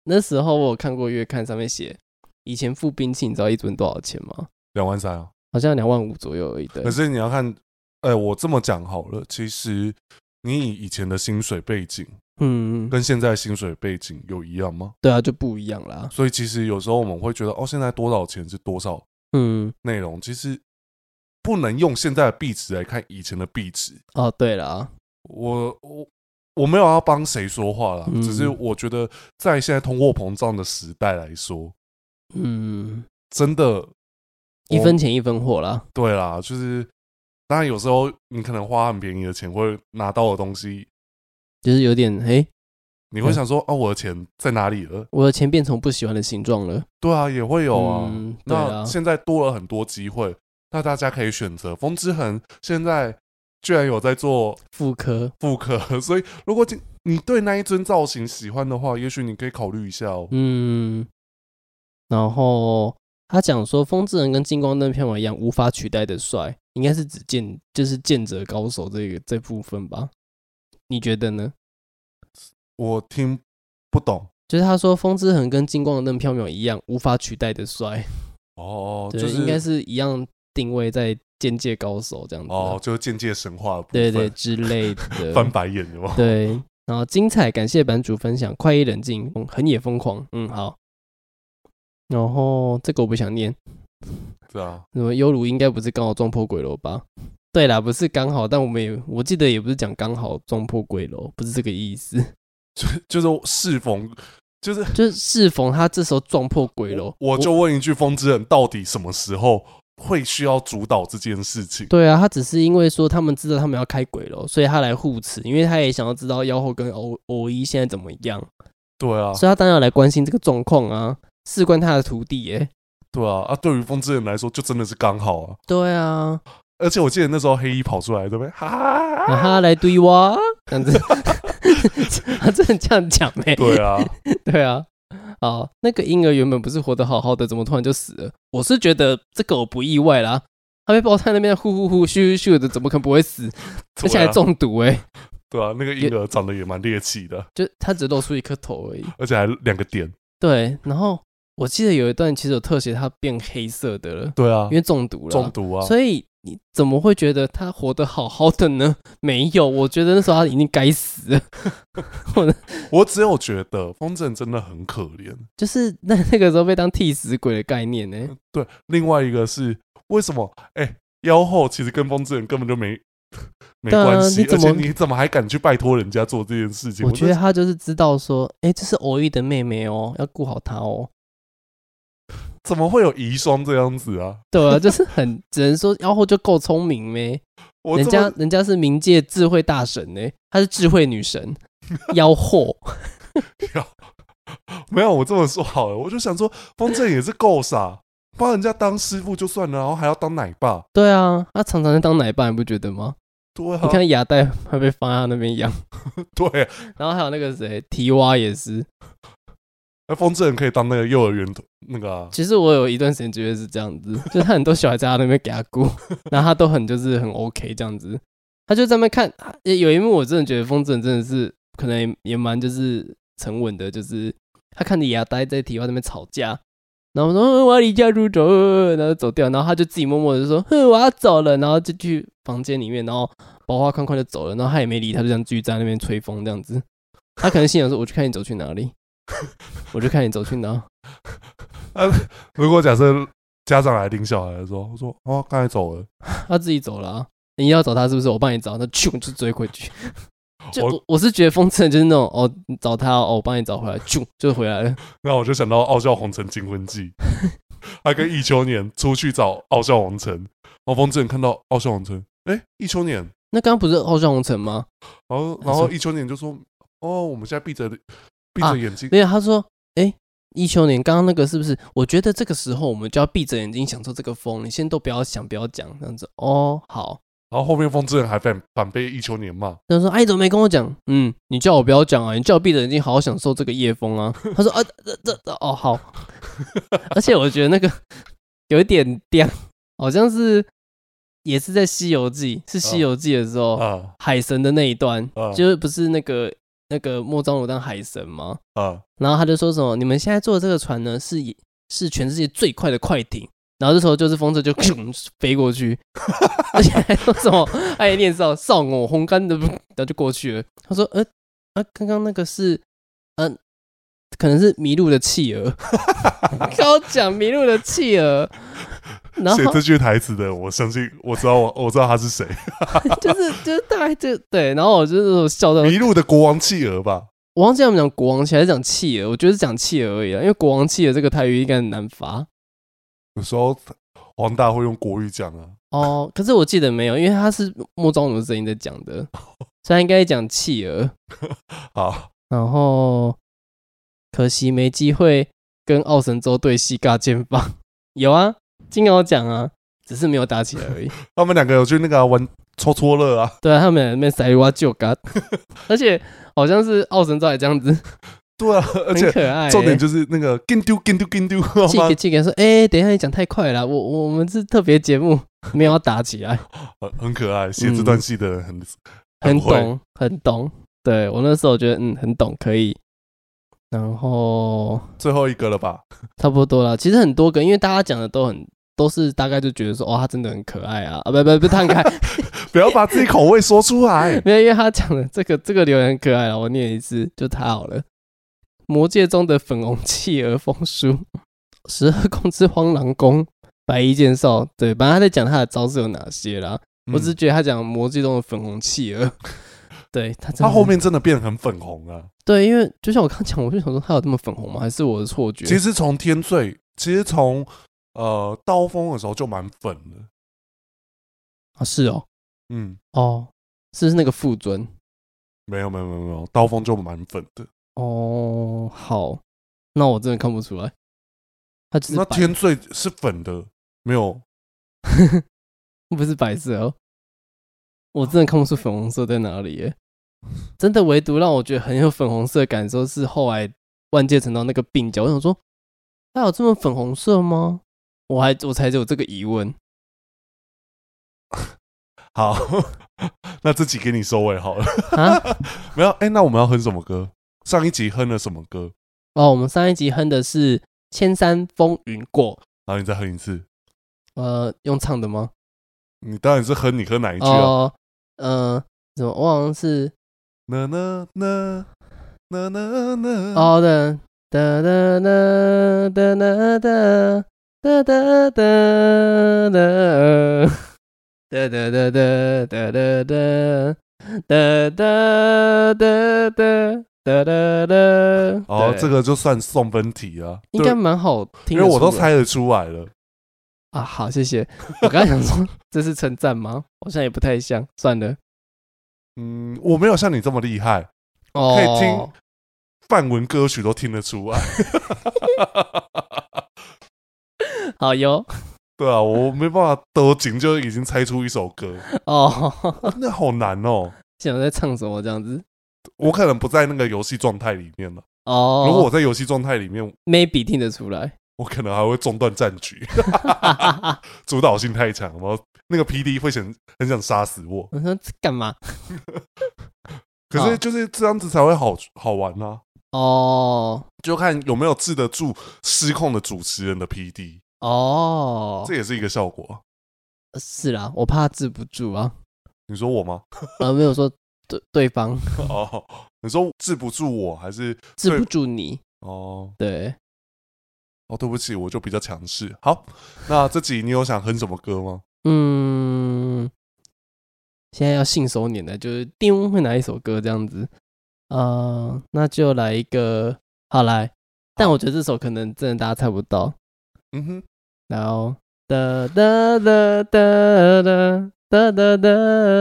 S2: 那时候我有看过月刊上面写，以前付兵器你知道一尊多少钱吗？
S1: 两万三啊，
S2: 好像两万五左右而已的
S1: 可，是你要看，哎、我这么讲好了，其实你以以前的薪水背景
S2: 嗯，
S1: 跟现在的薪水背景有一样吗？
S2: 对啊，就不一样啦，
S1: 所以其实有时候我们会觉得，哦，现在多少钱是多少
S2: 嗯，
S1: 内容，其实不能用现在的币值来看以前的币值。
S2: 哦，对啦，
S1: 我我我没有要帮谁说话啦，
S2: 嗯
S1: 只是我觉得在现在通货膨胀的时代来说，
S2: 嗯，
S1: 真的
S2: 一
S1: 我
S2: 分钱一分货啦，
S1: 对啦，就是当然有时候你可能花很便宜的钱，会拿到的东西
S2: 就是有点，诶，
S1: 你会想说，哦，我的钱在哪里了？
S2: 我的钱变成不喜欢的形状了。
S1: 对啊，也会有啊。
S2: 嗯对
S1: 那
S2: 啊，
S1: 现在多了很多机会，那大家可以选择。风之痕现在居然有在做
S2: 妇科，
S1: 复刻， [laughs] 所以如果今你对那一尊造型喜欢的话，也许你可以考虑一下哦。
S2: 嗯，然后他讲说，风之人跟金光灯片尾一样无法取代的帅，应该是指剑，就是剑者高手这个这部分吧？你觉得呢？
S1: 我听不懂
S2: 就是他说，风之痕跟金光灯缥缈一样，无法取代的帅，
S1: 哦，
S2: 对，
S1: 就是
S2: 应该是一样定位在剑界高手这样子啊、
S1: 哦，就是间接神话的部分
S2: 对对之类
S1: [laughs]
S2: 的，
S1: 翻白眼有没有？
S2: 对，然后精彩，感谢版主分享，快意冷静，嗯很也疯狂，嗯好。然后这个我不想念，
S1: 对啊，
S2: 什么幽鲁应该不是刚好撞破鬼楼吧？对啦，不是刚好，但我们也我记得也不是讲刚好撞破鬼楼，不是这个意思， [laughs]
S1: 就是适逢，就是
S2: 就是适逢他这时候撞破鬼楼，
S1: 我就问一句，风之人到底什么时候会需要主导这件事情？
S2: 对啊，他只是因为说他们知道他们要开鬼楼，所以他来护持，因为他也想要知道妖后跟欧欧一现在怎么样，
S1: 对啊，
S2: 所以他当然要来关心这个状况啊，事关他的徒弟耶、
S1: 对啊，啊，对于风之人来说，就真的是刚好啊。
S2: 对啊，
S1: 而且我记得那时候黑衣跑出来，对不对？哈哈哈
S2: 啊
S1: 哈，
S2: 哈，来对我，这 [laughs] 样子，他真的这样讲没、
S1: 对
S2: [laughs]
S1: 啊，
S2: 对啊，好，那个婴儿原本不是活得好好的，怎么突然就死了？我是觉得这个我不意外啦，他被爆胎那边呼呼呼、咻咻咻的，怎么可能不会死？而且还
S1: 对啊
S2: 中毒哎、
S1: 对啊，那个婴儿长得也蛮猎奇的，
S2: 就他只露出一颗头而已。
S1: 而且还两个点。
S2: 对，然后我记得有一段其实有特写他变黑色的了，
S1: 对啊
S2: 因，为中毒了，
S1: 中毒啊，
S2: 所以你怎么会觉得他活得好好的呢？没有，我觉得那时候他已经该死了。
S1: 我只有觉得风筝真的很可怜。
S2: 就是那那个时候被当替死鬼的概念呢、
S1: 对，另外一个是为什么？哎、妖后其实跟风之人根本就没 [laughs] 没
S2: 对啊
S1: 关系，
S2: 你
S1: 而
S2: 怎么
S1: 且你怎么还敢去拜托人家做这件事情？
S2: 我觉
S1: 真
S2: 得
S1: 是
S2: 他就是知道说，哎、这是偶遇的妹妹哦，要顾好她哦。
S1: 怎么会有遗孀这样子啊？
S2: 对啊，就是很只能说妖后就够聪明呗，
S1: [laughs] 我
S2: 人
S1: 这么
S2: 家人家是冥界智慧大神呢，她是智慧女神，妖后。
S1: [laughs] 没有，我这么说好了，我就想说风筝也是够傻，帮人家当师傅就算了，然后还要当奶爸。
S2: 对啊，她常常在当奶爸，你不觉得吗？
S1: 对啊
S2: 你，看雅黛还被放在她那边养，
S1: 对啊，
S2: 然后还有那个谁提蛙也是。
S1: 那风筝可以当那个幼儿园那个啊、
S2: 其实我有一段时间觉得是这样子， [laughs] 就是他很多小孩在他那边给他顾，然后他都很就是很 OK 这样子。他就在那边看，啊有一幕我真的觉得风筝真的是可能也也蛮就是沉稳的，就是他看着牙呆在提花那边吵架，然后我说嗯我要离家出走，然后就呃走掉，然后他就自己默默的说哼我要走了，然后就去房间里面，然后把花框框就走了，然后他也没理，他就这样继续在那边吹风这样子。他可能心想说我去看你走去哪里，我就看你走去哪。
S1: 如果假设家长来领小孩的时候，我说哦，刚才走了，
S2: 他自己走了、啊。你要找他是不是？我帮你找，他去我就追回去。就
S1: 我
S2: 我我是觉得风筝就是那种哦，你找他哦，我帮你找回来，就就回来了。
S1: 那我就想到《傲笑红尘金婚
S2: [laughs]
S1: 记》，他跟易秋年出去找傲笑红尘，然后风筝看到傲笑红尘，哎、易秋年，
S2: 那刚刚不是傲笑红尘吗？
S1: 然后然后易秋年就说哦，我们现在闭着闭着眼睛，
S2: 啊没有，他说，哎、一秋年，刚刚那个是不是？我觉得这个时候我们就要闭着眼睛享受这个风，你先都不要想，不要讲这样子。哦，好。
S1: 然后后面风之人还反反被易秋年骂，
S2: 他说，哎、你怎么没跟我讲？嗯，你叫我不要讲啊，你叫我闭着眼睛好好享受这个夜风啊。 [laughs] 他说，啊，这这这哦好。 [laughs] 而且我觉得那个 [laughs] 有一点掉，好像是也是在《西游记》，是《西游记》的时候，
S1: 啊
S2: 海神的那一段，
S1: 啊
S2: 哦就是不是那个那个莫张鲁当海神吗？
S1: 啊，
S2: 然后他就说什么：“你们现在坐的这个船呢，是以是全世界最快的快艇。”然后这时候就是风车就 [laughs] 飞过
S1: [laughs]
S2: 去，而且还说什么“爱恋少少我烘干的”，然后就过去了。他说：“呃，啊，刚刚那个是，嗯、可能是迷路的企
S1: [laughs]
S2: 鹅，跟我讲迷路的企鹅。”然
S1: 写
S2: 后
S1: 这句台词的，我相信我知道我我知道他是谁，
S2: 就是就是大概就对，然后我就是笑到
S1: 迷路的国王企鹅吧，
S2: 我忘记他们讲国王企还是讲企鹅，我觉得是讲企鹅而已啦，因为国王企鹅这个台语应该很难发。
S1: 有时候黄大会用国语讲啊，
S2: 哦，可是我记得没有，因为
S1: [laughs]
S2: 他是莫昭奴的声音在讲的，所以他应该讲企鹅。
S1: 好，
S2: 然后可惜没机会跟奥神州对戏尬肩膀。 [laughs] 有啊，金鳌奖啊，只是没有打起来
S1: [laughs]
S2: 而已。
S1: 他们两个有去那个啊、玩戳戳乐啊，
S2: 对啊，他们那边塞哇
S1: [laughs]
S2: 就嘎，而且好像是奥神州也这样子，
S1: 对啊，而且
S2: 很可爱欸、
S1: 重点就是那个跟丢跟丢跟丢，好
S2: 气
S1: 吗
S2: 给？气给说，哎、等一下你讲太快了，我我我们是特别节目，没有要打起来，
S1: 很很可爱，写这段戏的人很、
S2: 嗯很
S1: 会，
S2: 懂，很懂。对我那时候觉得，嗯，很懂，可以。然后
S1: 最后一个了吧？
S2: 差不多了，其实很多个，因为大家讲的都很都是大概就觉得说，哦，他真的很可爱啊，啊，不不不，摊开，。
S1: 不要把自己口味说出来
S2: 没有，因为他讲的这个这个留言很可爱了，我念一次就他好了。魔界中的粉红企鹅风叔，十二宫之荒狼宫，白衣剑少，对，反正他在讲他的招式有哪些啦。 [laughs] 我只是
S1: 嗯
S2: 觉得他讲魔界中的粉红企鹅， [laughs] 对他真的
S1: 他后面真的变得很粉红啊了。
S2: 对，因为就像我刚讲，我就想说他有这么粉红吗？还是我的错觉？
S1: 其实从天罪，其实从呃刀锋的时候就蛮粉的。
S2: 啊，是哦，
S1: 嗯，
S2: 哦，是不是那个副尊
S1: 没有没有没有没有，刀锋就蛮粉的。
S2: 哦，好，那我真的看不出来，他就是
S1: 那
S2: 白
S1: 天罪是粉的，没有
S2: [laughs] 不是白色哦，我真的看不出粉红色在哪里耶。真的，唯独让我觉得很有粉红色的感受是后来万界城到那个鬓角，我想说，它有这么粉红色吗？我还我才有这个疑问。
S1: 好。 [laughs] 那这集给你收尾好了。 [laughs]
S2: 啊 [laughs]
S1: 没有，哎、那我们要哼什么歌？上一集哼了什么歌？
S2: 哦，我们上一集哼的是《千山风云过》，
S1: 然后你再哼一次。
S2: 呃，用唱的吗？
S1: 你当然是哼你哼哪一句啊？
S2: 哦，呃，怎么我好像是
S1: 呢呢呢呢呢呢。
S2: 哦的哒哒哒哒哒哒哒哒哒哒哒哒哒哒哒哒哒哒哒哒哒哒哒哒。
S1: 哦，
S2: 对
S1: 这个就算送分题啊，
S2: 应该
S1: 对
S2: 蛮好
S1: 因
S2: 听得出来，
S1: 为我都猜得出来了。
S2: 啊。好，谢谢。我刚才想说这是称赞吗？好像也不太像，算了。
S1: 嗯，我没有像你这么厉害，
S2: 哦，
S1: 以听范文歌曲都听得出
S2: [laughs]
S1: 来。 [laughs]
S2: 好哟。
S1: 对啊，我没办法得景就已经猜出一首歌，
S2: 哦，
S1: 啊那好难哦。
S2: 想在唱什么这样子？
S1: 我可能不在那个游戏状态里面了。
S2: 哦，
S1: 如果我在游戏状态里面，
S2: maybe 听得出来。
S1: 我可能还会中断战局， [laughs]
S2: 哈哈哈。
S1: 主导性太强，然后那个 P D 会想很想杀死我。
S2: 我说这干嘛？
S1: 可
S2: 好
S1: 是就是这样子才会好好玩啊。
S2: 哦
S1: 就看有没有治得住失控的主持人的 PD，、
S2: 哦
S1: 这，也是一个效果。啊
S2: 是啦，我怕治不住啊。
S1: 你说我吗？ [laughs]
S2: 呃，没有说对对方
S1: 哦，你说治不住我还是
S2: 治不
S1: 对
S2: 住你，
S1: 哦
S2: 对，
S1: 哦，对不起，我就比较强势。好，那这集你有想哼什么歌吗？
S2: 嗯，现在要信手拈来，就是丁会拿一首歌这样子，呃，那就来一个，好来，但我觉得这首可能真的大家猜不到，
S1: 嗯哼，
S2: 然后哒哒哒哒哒。哒哒哒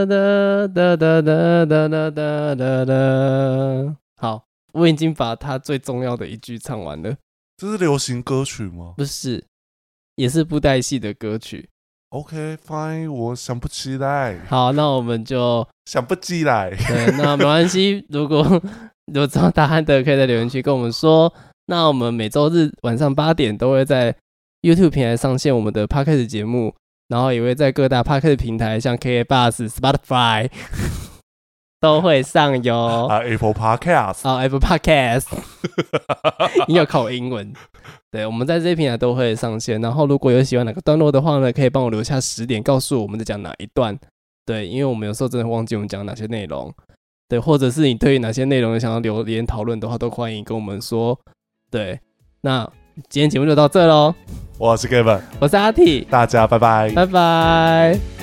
S2: 哒哒哒哒哒哒哒哒哒。好，我已经把它最重要的一句唱完了，
S1: 这是流行歌曲吗
S2: 不是，也是布袋戏的歌曲。
S1: ？OK，fine，、我想不起来，
S2: 好，那我们就
S1: 想不起来。
S2: 对，那没关系。如果 [laughs] 有知道答案的，可以在留言区跟我们说。那我们每周日晚上八点都会在 YouTube 平台上线我们的 Podcast 节目，然后也会在各大 Podcast 平台，像 KK Bus、Spotify [laughs] 都会上哟。
S1: 啊，Apple Podcast，
S2: 啊、a p p l e Podcast，你有考英文。对，我们在这些平台都会上线。然后，如果有喜欢哪个段落的话呢，可以帮我留下十点，告诉我们在讲哪一段。对，因为我们有时候真的忘记我们讲哪些内容。对，或者是你对于哪些内容想要留言讨论的话，都欢迎跟我们说。对，那今天节目就到这喽，
S1: 我是 Gavin，
S2: 我是阿 T，
S1: 大家拜拜。
S2: 拜拜。